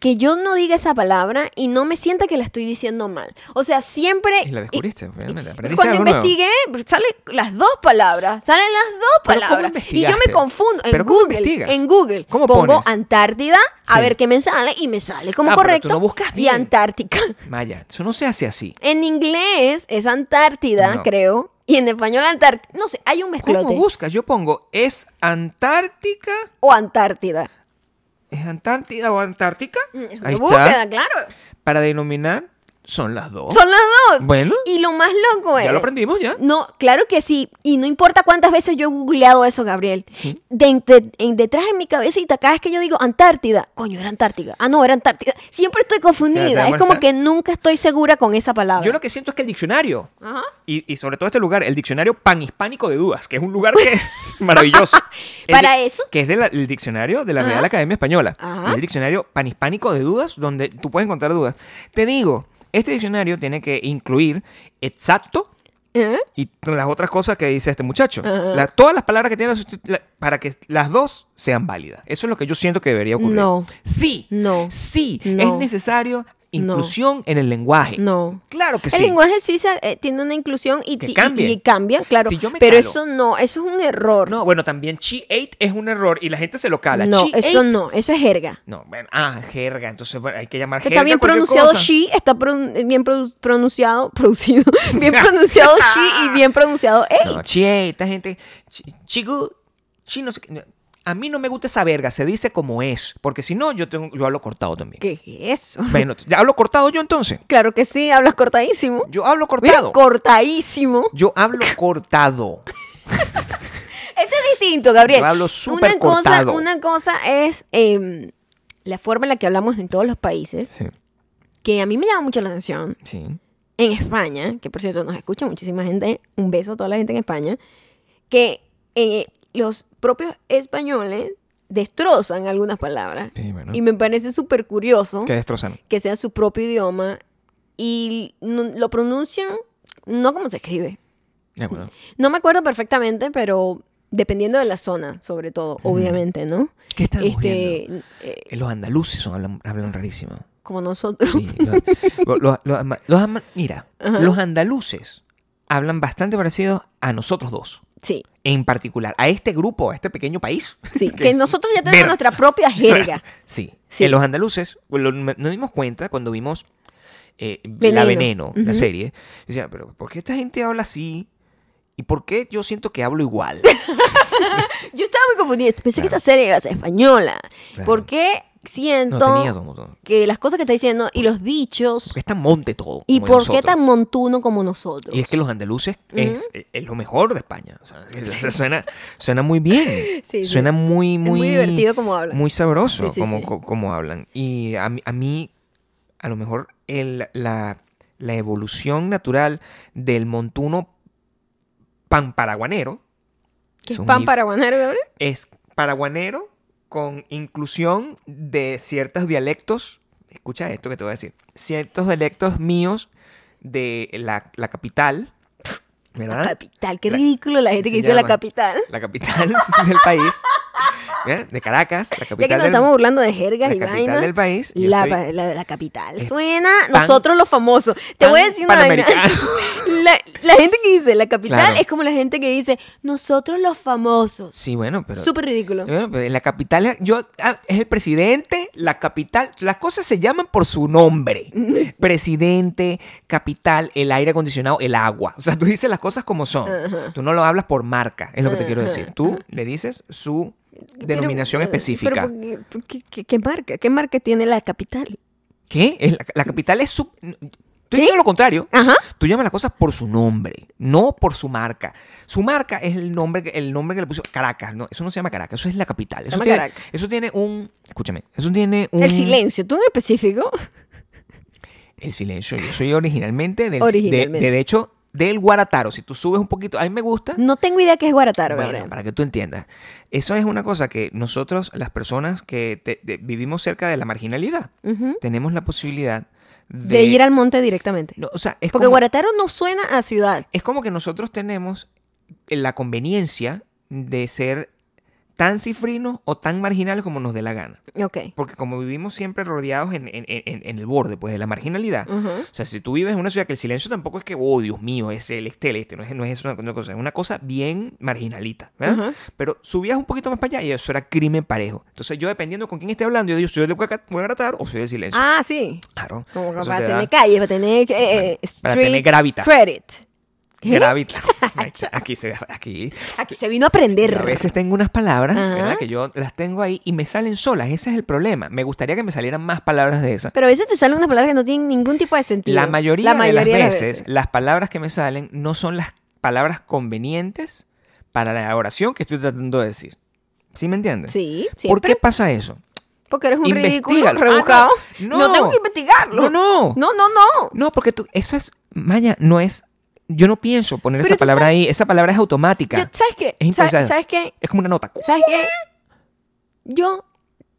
A: que yo no diga esa palabra y no me sienta que la estoy diciendo mal. O sea, siempre...
B: Y la descubriste, finalmente. Aprendiste
A: Cuando
B: algo nuevo.
A: investigué, salen las dos palabras. Salen las dos
B: ¿Pero cómo
A: palabras. Y yo
B: investigaste?
A: me confundo. En
B: ¿Pero cómo
A: Google.
B: investigas?
A: En Google.
B: ¿Cómo
A: pongo
B: pones?
A: Antártida a
B: Sí.
A: ver qué me sale y me sale como
B: Ah, pero tú
A: correcto.
B: no buscas
A: Y
B: bien.
A: Antártica. [laughs]
B: Maya, eso no se hace así.
A: En inglés es Antártida,
B: No.
A: creo. Y en español Antártida. No sé, hay un
B: ¿Cómo
A: mezclote.
B: buscas? Yo pongo, ¿es Antártica?
A: O Antártida.
B: ¿Es Antártida o Antártica? Ahí
A: Mm, Una
B: está.
A: Búsqueda, claro.
B: Para denominar, son las dos.
A: Son las dos.
B: Bueno.
A: Y lo más loco es.
B: Ya lo aprendimos, ya.
A: No, claro que sí. Y no importa cuántas veces yo he googleado eso, Gabriel.
B: Sí.
A: De- de- en- detrás de mi cabecita, cada vez que yo digo Antártida, coño, era Antártica. Ah, no, era Antártida. Siempre estoy confundida.
B: O sea, te
A: es como
B: muestra-
A: que nunca estoy segura con esa palabra.
B: Yo lo que siento es que el diccionario,
A: Ajá.
B: y, y sobre todo este lugar, el diccionario panhispánico de dudas, que es un lugar que
A: [laughs]
B: es maravilloso. El
A: Para
B: di-
A: eso.
B: Que es del el diccionario de la Real
A: Ajá.
B: Academia Española.
A: Ajá.
B: Y el diccionario panhispánico de dudas, donde tú puedes encontrar dudas. Te digo, este diccionario tiene que incluir exacto,
A: ¿Eh?
B: y las otras cosas que dice este muchacho. La- todas las palabras que tiene la susti- la- para que las dos sean válidas. Eso es lo que yo siento que debería ocurrir.
A: No.
B: Sí.
A: No.
B: Sí.
A: No.
B: Es necesario
A: No.
B: inclusión en el lenguaje.
A: No.
B: Claro que
A: El
B: sí.
A: lenguaje sí se- eh, tiene una inclusión y,
B: Que
A: ti- y-
B: cambie.
A: y cambia, claro.
B: Si yo me
A: pero
B: calo.
A: eso no, eso es un error.
B: No, bueno, también chi 8 es un error y la gente se lo cala.
A: No,
B: Chi
A: eso
B: eight.
A: no, eso es jerga.
B: No, bueno, ah, jerga. Entonces bueno, hay que llamar
A: Que
B: jerga.
A: Está bien
B: cualquier
A: pronunciado
B: cosa.
A: she, está pro- bien pro- pronunciado, [laughs] producido,
B: [laughs]
A: bien pronunciado she y bien pronunciado ey.
B: No, chi 8, esta gente. chi- Chico, chi no sé qué. A mí no me gusta esa verga, se dice como es, porque si no, yo, tengo, yo hablo cortado también.
A: ¿Qué es eso?
B: Bueno, hablo cortado yo entonces.
A: Claro que sí, hablas cortadísimo.
B: Yo
A: Mira,
B: hablo cortado.
A: cortadísimo.
B: yo
A: [laughs]
B: hablo cortado.
A: Eso es distinto, Gabriel.
B: Yo hablo
A: una cosa,
B: supercortado.
A: una cosa es em, la forma en la que hablamos en todos los países,
B: Sí,
A: que a mí me llama mucho la atención,
B: sí.
A: en España, que por cierto nos escucha muchísima gente, un beso a toda la gente en España, que eh, los propios españoles destrozan algunas palabras.
B: Sí, bueno.
A: Y me parece súper curioso
B: Que destrozan.
A: que sea su propio idioma y no- lo pronuncian no como se escribe.
B: De acuerdo.
A: No me acuerdo perfectamente, pero dependiendo de la zona, sobre todo, obviamente, ¿no?
B: ¿Qué estamos viendo?
A: Este, eh,
B: Eh, Los andaluces son- hablan, hablan rarísimo.
A: como nosotros.
B: Sí, los, [laughs] los- los ama- los ama- mira, los andaluces hablan bastante parecido a nosotros dos.
A: Sí,
B: En particular, a este grupo, a este pequeño país. [laughs]
A: sí.
B: Que
A: que
B: es
A: nosotros ya tenemos
B: ver-
A: nuestra
B: [laughs]
A: propia jerga.
B: Sí.
A: Sí.
B: En los andaluces, lo- nos dimos cuenta cuando vimos eh, La
A: Veneno.
B: Veneno, la
A: Ujú.
B: serie. Decía, pero ¿por qué esta gente habla así? ¿Y por qué yo siento que
A: [laughs]
B: hablo igual?
A: Yo estaba muy confundida. Pensé que
B: Claro.
A: esta serie era española.
B: Claro.
A: ¿Por qué siento
B: No tenía dos montón.
A: que las cosas que está diciendo y los dichos
B: ¿Por qué es tan monte todo?
A: y
B: como
A: por qué
B: nosotros?
A: tan montuno como nosotros?
B: Y es que los andaluces es, eh, es lo mejor de España. O sea, [laughs] es- es- suena, suena muy
A: Sí,
B: bien.
A: sí.
B: Suena muy, muy,
A: es muy divertido como hablan.
B: Muy sabroso
A: Sí, sí,
B: como,
A: sí.
B: co- como hablan. Y a, mí- a mí, a lo mejor, el- la, la evolución natural del montuno panparaguanero
A: ¿Qué es
B: son
A: pan
B: hib-
A: paraguanero, Gabriel?
B: es paraguanero con inclusión de ciertos dialectos. Escucha esto que te voy a decir. Ciertos dialectos míos de la, la capital,
A: La
B: ¿verdad?
A: capital. Qué
B: ¿Ah? La-
A: ridículo la gente que
B: se
A: dice la
B: llama.
A: capital.
B: La capital [laughs] del país, ¿eh? de Caracas, la
A: Ya que
B: capital,
A: nos
B: del,
A: estamos burlando de jergas
B: la
A: y
B: capital
A: vainas.
B: del país. yo
A: La,
B: estoy
A: pa- la- la capital
B: es
A: suena
B: pan-
A: nosotros los famosos. Te
B: pan
A: voy a decir una vaina.
B: panamericano.
A: [laughs] La, la gente que dice la capital
B: Claro.
A: es como la gente que dice nosotros los famosos.
B: Sí, bueno, pero...
A: Súper ridículo.
B: Bueno, pues, la capital, yo, ah, es el presidente, la capital, las cosas se llaman por su nombre.
A: [laughs]
B: presidente, capital, el aire acondicionado, el agua. O sea, tú dices las cosas como son. Tú no lo hablas por marca, es lo que te quiero decir. Tú le dices su denominación
A: Pero, eh,
B: específica.
A: pero ¿por qué- por qué, qué- qué marca? ¿Qué marca tiene la capital?
B: ¿Qué? Es La, la capital es su... Tú
A: ¿Sí?
B: dices lo contrario.
A: Ajá.
B: Tú llamas las cosas por su nombre, no por su marca. Su marca es el nombre, que- el nombre que le puso Caracas. No, eso no se llama Caracas, eso es la capital. Eso
A: llama
B: tiene,
A: Caracas.
B: eso tiene un, escúchame, eso tiene un
A: El silencio. ¿Tú en específico?
B: El silencio. Yo soy originalmente del,
A: Originalmente.
B: De, de hecho del Guarataro. Si tú subes un poquito, a mí me gusta.
A: No tengo idea qué es Guarataro,
B: Bueno,
A: Gabriel.
B: para que tú entiendas. Eso es una cosa que nosotros, las personas que te- de- vivimos cerca de la marginalidad,
A: Ujú.
B: tenemos la posibilidad de,
A: De ir al monte directamente.
B: No, o sea, es
A: Porque
B: como-
A: Guarataro no suena a ciudad.
B: es como que nosotros tenemos la conveniencia de ser tan cifrinos o tan marginales como nos dé la gana.
A: Ok.
B: Porque como vivimos siempre rodeados en, en- en- en el borde, pues, de la marginalidad.
A: Ujú.
B: O sea, si tú vives en una ciudad que el silencio tampoco es que, oh, Dios mío, es el este, el este. No es, no es una, una cosa, es una cosa bien marginalita, ¿verdad?
A: Ajá.
B: Pero subías un poquito más para allá y eso era crimen parejo. Entonces yo, dependiendo con quién esté hablando, yo digo, soy del Guaca- Guaratar o soy del silencio.
A: Ah, sí.
B: claro.
A: Como que [laughs]
B: Eso
A: para
B: te da
A: tener calle, para tener eh, eh,
B: para
A: street
B: tener gravitas.
A: credit. ¿Qué?
B: gravita. aquí se aquí.
A: Aquí se vino a aprender.
B: Yo A veces tengo unas palabras,
A: Ajá.
B: ¿verdad? Que yo las tengo ahí y me salen solas. Ese es el problema. Me gustaría que me salieran más palabras de esas.
A: Pero a veces te salen unas palabras que no tienen ningún tipo de sentido.
B: La mayoría,
A: La
B: de las veces, las palabras que me salen no son las palabras convenientes para la oración que estoy tratando de decir. ¿Sí me entiendes?
A: Sí,
B: ¿Por
A: siempre.
B: qué pasa eso?
A: Porque eres un ridículo
B: Investígalo. Ah,
A: rebuscado.
B: no,
A: no.
B: no.
A: tengo que investigarlo.
B: No, no.
A: No, no, no.
B: No, porque tú, eso es, Maya, no es, yo no pienso poner
A: Pero
B: esa
A: tú
B: palabra ahí. Esa palabra es automática.
A: Yo, ¿Sabes qué?
B: Es
A: Sa-
B: improvisada.
A: ¿Sabes qué?
B: es como una nota.
A: ¿Sabes qué? Yo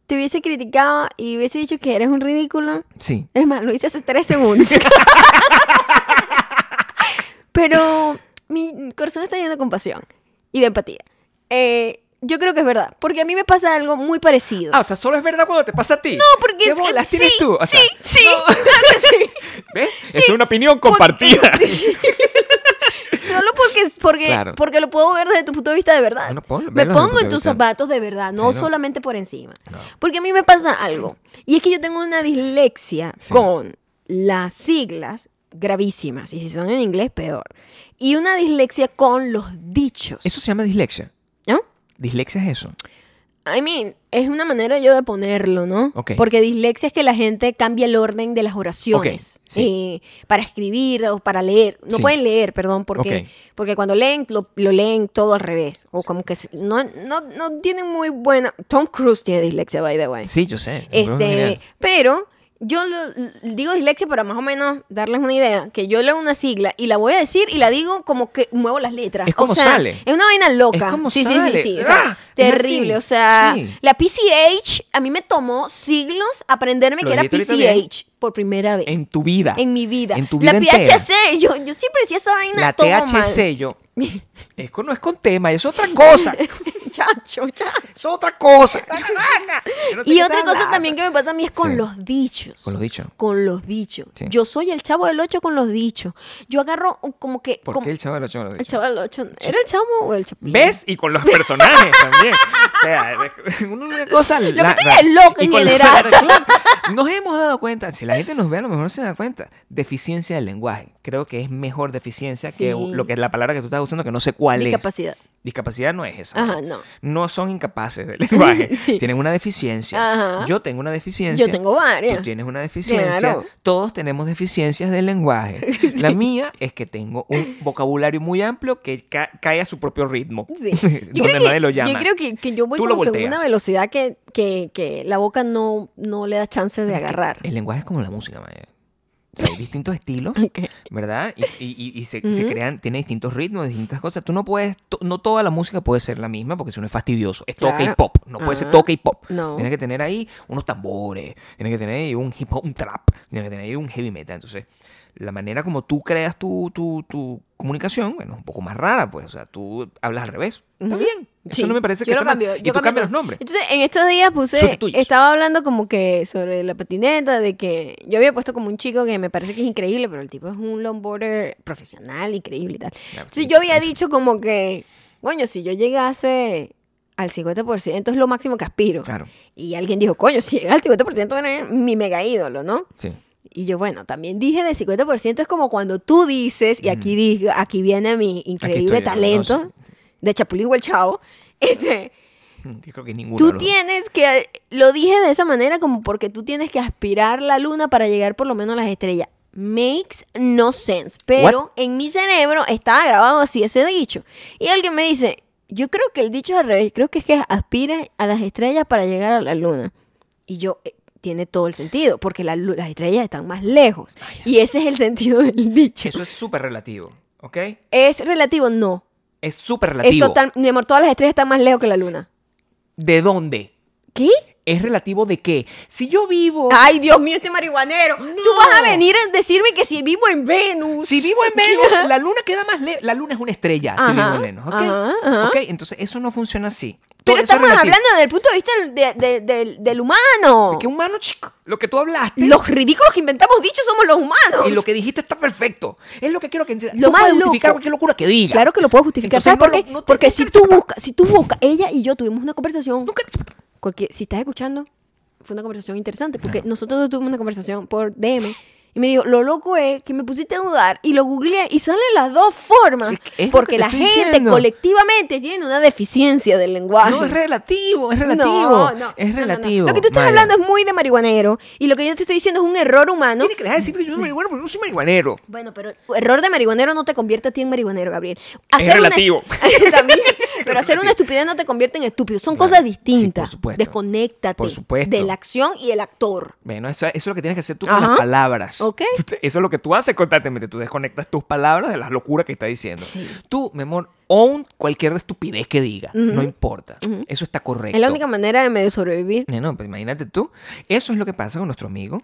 A: te hubiese criticado y hubiese dicho que eres un ridículo.
B: Sí.
A: Es más, lo hice hace tres
B: [laughs]
A: segundos. Pero mi corazón está lleno de compasión y de empatía. Eh, yo creo que es verdad, porque a mí me pasa algo muy parecido.
B: Ah, o sea, solo es verdad cuando te pasa a ti. No,
A: porque
B: ¿Qué
A: es que-
B: bolas
A: sí,
B: tienes tú? O sea,
A: sí, sí, [laughs] claro que sí.
B: ¿Ves? Es una
A: [laughs]
B: opinión [laughs] compartida. [laughs]
A: Solo porque, porque,
B: Claro.
A: porque lo puedo ver desde tu punto de vista de verdad.
B: Bueno, ponlo,
A: me
B: velo desde tu
A: pongo en
B: punto de
A: tus
B: vista.
A: zapatos de verdad, no
B: Sí, no.
A: solamente por encima.
B: No.
A: Porque a mí me pasa algo. Y es que yo tengo una dislexia con las siglas gravísimas. Y si son en inglés, peor. Y una dislexia con los dichos.
B: Eso se llama dislexia.
A: ¿No?
B: Dislexia es eso.
A: I mean, es una manera yo de ponerlo, ¿no?
B: Ok.
A: Porque dislexia es que la gente cambia el orden de las oraciones
B: Ok,
A: eh, para escribir o para leer. No
B: Sí.
A: pueden leer, perdón, porque,
B: Ok.
A: porque cuando leen lo, lo leen todo al revés. O como que se- no, no, no tienen muy buena... Tom Cruise tiene dislexia, by the way.
B: Sí, yo sé.
A: este, pero Yo lo- digo dislexia para más o menos darles una idea, que yo leo una sigla y la voy a decir y la digo como que muevo las letras.
B: Es como
A: o sea,
B: sale.
A: Es una vaina loca.
B: Es como
A: sí, sí,
B: sale.
A: sí, sí. o sea,
B: ¡Ah! Es
A: terrible.
B: así.
A: O sea,
B: Sí.
A: la PCH a mí me tomó siglos aprenderme
B: Lo
A: que era
B: dijiste ahorita bien.
A: PCH por primera vez en,
B: En tu vida.
A: mi vida.
B: En tu vida
A: la
B: entera.
A: PHC, yo, yo siempre decía esa vaina
B: La
A: todo
B: THC, yo. Es con- no es con tema, es otra cosa.
A: mal. [laughs] chacho, chacho.
B: Es otra
A: [laughs]
B: cosa. Yo no sé
A: Y
B: qué
A: otra
B: estás
A: cosa
B: hablando.
A: también que me pasa a mí es con
B: Sí.
A: los dichos.
B: Con los dichos.
A: Con los dichos.
B: Sí.
A: Yo soy el chavo del 8 con los dichos. Yo agarro un- como que.
B: ¿Por
A: como-
B: qué el chavo de los chavo de
A: el
B: los dichos?
A: chavo del 8. ¿Era el chavo o el chapulín?
B: ¿Ves? Y con los personajes también. O sea, es una cosa.
A: Lo que
B: la-
A: tú
B: la-
A: eres loco
B: y
A: en
B: con los-
A: general.
B: claro,
A: [laughs]
B: Nos hemos dado cuenta, si la gente nos ve, a lo mejor se da cuenta. Deficiencia del lenguaje. Creo que es mejor deficiencia que
A: Sí.
B: lo que la palabra que tú estás usando, que no sé cuál es.
A: Discapacidad.
B: Discapacidad no es esa.
A: Ajá, no.
B: No son
A: [laughs]
B: incapaces del lenguaje.
A: Sí.
B: Tienen una deficiencia.
A: Ajá.
B: Yo tengo una deficiencia.
A: Yo tengo varias.
B: Tú tienes una deficiencia.
A: Claro.
B: Todos tenemos deficiencias
A: [laughs]
B: del lenguaje. La mía es que tengo un vocabulario muy amplio que ca- cae a su propio ritmo. [laughs]
A: Sí. Yo
B: donde
A: creo,
B: nadie
A: que,
B: lo llama.
A: yo creo que, que yo voy
B: Tú
A: con
B: lo volteas.
A: una velocidad que, que, que la boca no, no le da chance de agarrar.
B: El lenguaje es como la música, Maya. O sea, hay distintos estilos,
A: Ok.
B: ¿verdad? Y, y- y- y se, se crean, tiene distintos ritmos, distintas cosas. Tú no puedes, to- no toda la música puede ser la misma porque si no es fastidioso. Es toque y
A: Claro.
B: pop, no puede ser
A: Ah,
B: toque y pop.
A: no.
B: Tienes que tener ahí unos tambores, tienes que tener ahí un hip hop, un trap, tienes que tener ahí un heavy metal. Entonces, la manera como tú creas tu, tu, tu comunicación, bueno, es un poco más rara, pues. O sea, tú hablas al revés. Está bien. Eso
A: Sí.
B: no me parece que
A: yo lo
B: está mal.
A: cambio,
B: Y
A: yo
B: tú
A: cambio
B: cambias los
A: todo.
B: nombres.
A: Entonces, en estos días
B: Son
A: puse,
B: tuyos.
A: estaba hablando como que sobre la patineta, de que yo había puesto como un chico que me parece que es increíble, pero el tipo es un longboarder profesional, increíble y tal. Entonces,
B: Ah, sí,
A: yo había dicho como que, coño, si yo llegase al 50% es lo máximo que aspiro.
B: Claro.
A: Y alguien dijo, coño, si llega al 50% era mi mega ídolo, ¿no?
B: Sí. [laughs]
A: Y yo, bueno, también dije de 50% es como cuando tú dices, y aquí, digo, aquí viene mi increíble
B: Mm. estoy yo,
A: talento
B: no
A: de Chapulín el Chavo. [laughs] Este,
B: Yo creo que ninguno. de
A: tú
B: los dos.
A: tienes que, eh, lo dije de esa manera como porque tú tienes que aspirar la luna para llegar por lo menos a las estrellas. Makes no sense. Pero en mi cerebro estaba grabado así ese dicho. Y alguien me dice, yo creo que el dicho es al revés, creo que es que aspira a las estrellas para llegar a la luna. Y yo, eh, tiene todo el sentido, porque la lu- las estrellas están más lejos. Y ese es el sentido del dicho.
B: Eso es súper relativo, ¿ok?
A: ¿Es relativo? No.
B: Es súper
A: Es
B: relativo.
A: total, mi amor, todas las estrellas están más lejos que la luna.
B: ¿De dónde?
A: ¿Qué?
B: ¿Es relativo de qué? Si yo vivo...
A: Ay, Dios mío, este marihuanero. Tú vas a venir a decirme que si vivo en Venus. [laughs]
B: Si vivo en Venus, la luna queda más lejos. La luna es una estrella, si
A: Ajá,
B: vivo en Venus, ¿ok?
A: ajá, ajá.
B: ¿Ok? Entonces, eso no funciona así. Todo
A: Pero
B: eso es
A: estamos
B: relativo.
A: hablando desde el punto de vista del, de- de- del- del humano.
B: De que humano, chico, lo que tú hablaste
A: Los ridículos que inventamos dichos somos los humanos.
B: y lo que dijiste está perfecto. Es lo que quiero que entiendas.
A: Lo
B: Tú
A: más
B: puedes justificar
A: loco.
B: cualquier locura que diga.
A: Claro que lo puedo justificar.
B: Entonces,
A: ¿Sabes por
B: no lo-
A: qué?
B: no te
A: Porque
B: nunca
A: si
B: te
A: tú
B: chapa.
A: buscas, si tú buscas, ella y yo tuvimos una conversación.
B: Nunca te-
A: Porque si estás escuchando, fue una conversación interesante. Porque nosotros dos tuvimos una conversación por DM. Y me dijo, lo loco es que me pusiste a dudar y lo googleé y salen las dos formas.
B: Es que es lo
A: porque
B: que te
A: la
B: estoy
A: gente
B: diciendo.
A: colectivamente tiene una deficiencia del lenguaje.
B: No, es relativo, es relativo.
A: No, no, no,
B: es
A: no, no.
B: relativo.
A: Lo que tú estás
B: Maya.
A: hablando es muy de marihuanero y lo que yo te estoy diciendo es un error humano.
B: Tiene que dejar de decir que yo soy marihuana porque no soy marihuanero.
A: Bueno, pero error de marihuanero no te convierte a ti en marihuanero, Gabriel. una-
B: relativo.
A: [laughs]
B: [laughs]
A: También, pero hacer una estupidez no te convierte en estúpido. Son
B: Claro.
A: cosas distintas.
B: Sí, por supuesto.
A: Desconéctate
B: Por supuesto.
A: de la acción y el actor.
B: Bueno, eso, eso es lo que tienes que hacer tú con
A: Ajá.
B: las palabras.
A: Ok.
B: Tú te- Eso es lo que tú haces constantemente. Tú desconectas tus palabras de las locuras que está diciendo.
A: Sí.
B: Tú, mi amor, own cualquier estupidez que diga. No importa. Eso está correcto.
A: Es la única manera de medio sobrevivir.
B: No, no, pues imagínate tú. Eso es lo que pasa con nuestro amigo.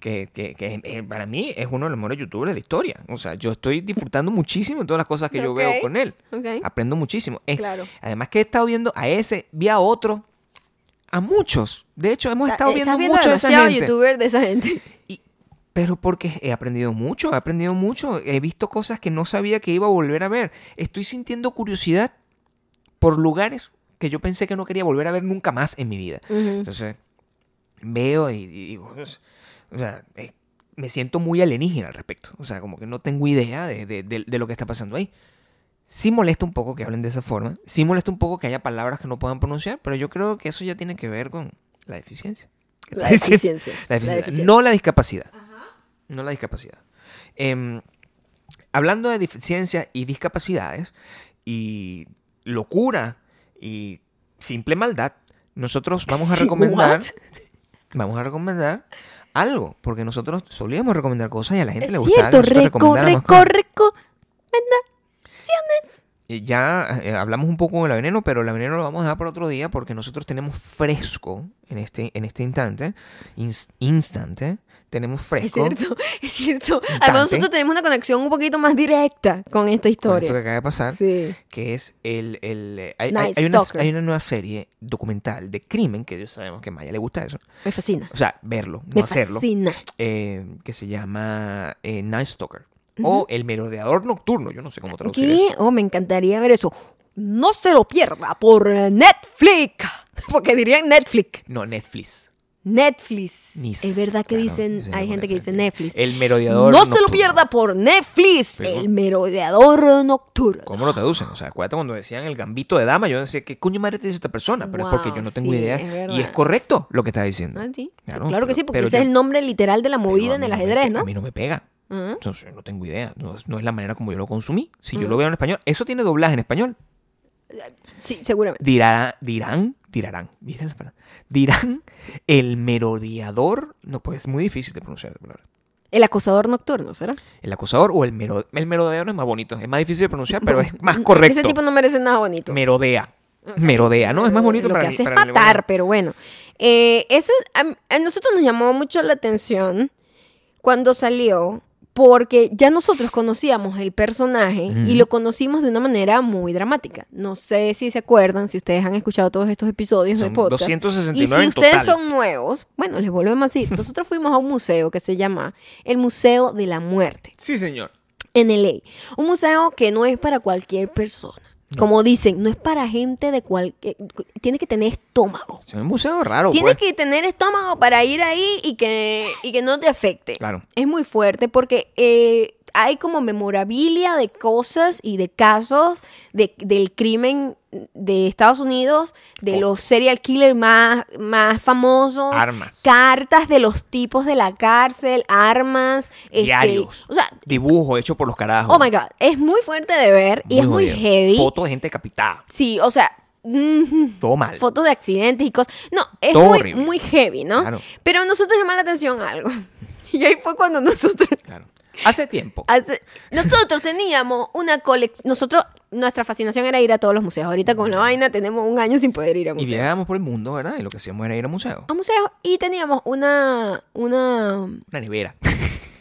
B: Que, que- que, eh, para mí es uno de los mejores youtubers de la historia. O sea, yo estoy disfrutando muchísimo de todas las cosas que yo
A: Ok,
B: veo con él.
A: ok.
B: Aprendo muchísimo. Eh,
A: Claro.
B: Además que he estado viendo a ese, vi a otro, a muchos. De hecho, hemos estado
A: eh, Estás
B: viendo, mucho de esa
A: demasiado
B: gente.
A: youtuber de esa
B: [laughs]
A: gente.
B: Y- pero porque he aprendido mucho, he aprendido mucho, he visto cosas que no sabía que iba a volver a ver. Estoy sintiendo curiosidad por lugares que yo pensé que no quería volver a ver nunca más en mi vida. Entonces, veo y, y digo, o sea, eh, me siento muy alienígena al respecto. O sea, como que no tengo idea de, de- de- de lo que está pasando ahí. Sí molesta un poco que hablen de esa forma, sí molesta un poco que haya palabras que no puedan pronunciar, pero yo creo que eso ya tiene que ver con la deficiencia.
A: La deficiencia.
B: La deficiencia.
A: La deficiencia.
B: No la discapacidad. No la discapacidad. Em, hablando de deficiencias y discapacidades y locura y simple maldad, nosotros vamos
A: [laughs]
B: a
A: Sí,
B: recomendar.
A: what?
B: Vamos a recomendar algo, porque nosotros solíamos recomendar cosas y a la gente
A: Es
B: le gustaba que
A: cierto,
B: nosotros
A: reco,
B: recomendáramos
A: reco,
B: cosas.
A: reco.
B: Y Ya eh, hablamos un poco de la veneno, pero la veneno lo vamos a dejar para otro día porque nosotros tenemos fresco en este, en este instante, ins- instante, tenemos
A: Es
B: fresco.
A: cierto, [laughs] es cierto. Además,
B: Instante.
A: nosotros tenemos una conexión un poquito más directa con esta
B: con esto
A: historia.
B: que acaba de pasar.
A: Sí.
B: que es el... el, eh, hay,
A: Night
B: hay- hay una,
A: Stalker.
B: hay una nueva serie documental de crimen, que Dios sabemos que a Maya le gusta eso.
A: Me fascina.
B: O sea, verlo, no
A: Me
B: hacerlo.
A: fascina.
B: eh, que se llama eh, Night Stalker.
A: Ujú.
B: O El Merodeador Nocturno, yo no sé cómo traducir eso.
A: ¿Qué? Oh, me encantaría ver eso. No se lo pierda por eh, Netflix. [laughs] Porque dirían Netflix.
B: No, Netflix.
A: Netflix.
B: Ni
A: es verdad que
B: claro,
A: dicen,
B: yo sé
A: hay
B: cómo
A: gente que dice
B: traducir.
A: Netflix.
B: El Merodeador
A: No se lo
B: Nocturno.
A: pierda por Netflix,
B: Pero-
A: el merodeador nocturno.
B: ¿Cómo lo traducen? O sea, acuérdate cuando decían el gambito de dama, yo decía, ¿qué coño madre te dice esta persona? Pero es porque
A: Wow,
B: yo no tengo
A: sí,
B: idea.
A: es verdad.
B: y es correcto lo que está diciendo.
A: Ah, sí.
B: Claro,
A: Claro, que
B: pero-
A: sí, porque
B: pero
A: ese
B: yo-
A: es el nombre literal de la
B: Pero
A: movida
B: a
A: en
B: mí
A: el
B: no me
A: ajedrez,
B: pe-
A: ¿no? Mm.
B: A mí no me pega.
A: Ajá.
B: Entonces, no tengo idea. No, es- no es la manera como yo lo consumí. Si
A: Mm.
B: yo lo veo en español, eso tiene doblaje en español.
A: Sí, seguramente.
B: Dirá, dirán, dirarán. Dirán, las palabras. dirán el merodeador. No, pues es muy difícil de pronunciar esa palabra.
A: El acosador nocturno, ¿será?
B: El acosador o el mero, El merodeador es más bonito. Es más difícil de pronunciar, pero es más correcto.
A: Ese tipo no merece nada bonito.
B: Merodea. Merodea, ¿no? Es más bonito
A: Lo
B: para
A: que
B: mí-
A: hace es
B: para el-
A: matar, pero bueno. Eh, ese, a, a nosotros nos llamó mucho la atención cuando salió, porque ya nosotros conocíamos el personaje y
B: Ujú.
A: lo conocimos de una manera muy dramática. No sé si se acuerdan, si ustedes han escuchado todos estos episodios de
B: Son
A: podcast.
B: 269
A: Y si
B: en
A: ustedes
B: total.
A: son nuevos, bueno, les volvemos a decir, nosotros fuimos a un museo que se llama el Museo de la Muerte
B: Sí, señor.
A: en LA. Un museo que no es para cualquier persona. Como dicen, no es para gente de cualquier... Tiene que tener estómago.
B: Es un museo raro,
A: Tienes
B: pues.
A: que tener estómago para ir ahí y que, y que no te afecte.
B: Claro.
A: Es muy fuerte porque eh, hay como memorabilia de cosas y de casos de- del crimen de Estados Unidos, de
B: Oh.
A: los serial killers más, más famosos.
B: Armas.
A: Cartas de los tipos de la cárcel, armas. este,
B: Diarios.
A: O sea,
B: Dibujo hecho por los carajos.
A: Oh my god, es muy fuerte de ver y es muy
B: Ah, jodido.
A: heavy.
B: Fotos de gente decapitada.
A: sí, o sea, mhm,
B: Todo mal.
A: fotos de accidentes y cosas. No, es
B: Todo
A: muy,
B: horrible.
A: muy heavy, ¿no?
B: Claro.
A: Pero a nosotros llamó la atención algo. [laughs] Y ahí fue cuando nosotros [laughs]
B: Claro. Hace tiempo.
A: hace- nosotros teníamos una colección, nosotros nuestra fascinación era ir a todos los museos. Ahorita con la vaina tenemos un año sin poder ir a
B: Y
A: museos.
B: viajábamos por el mundo, ¿verdad? Y lo que hacíamos era ir a museos.
A: A museos y teníamos una una
B: Una nevera. [laughs]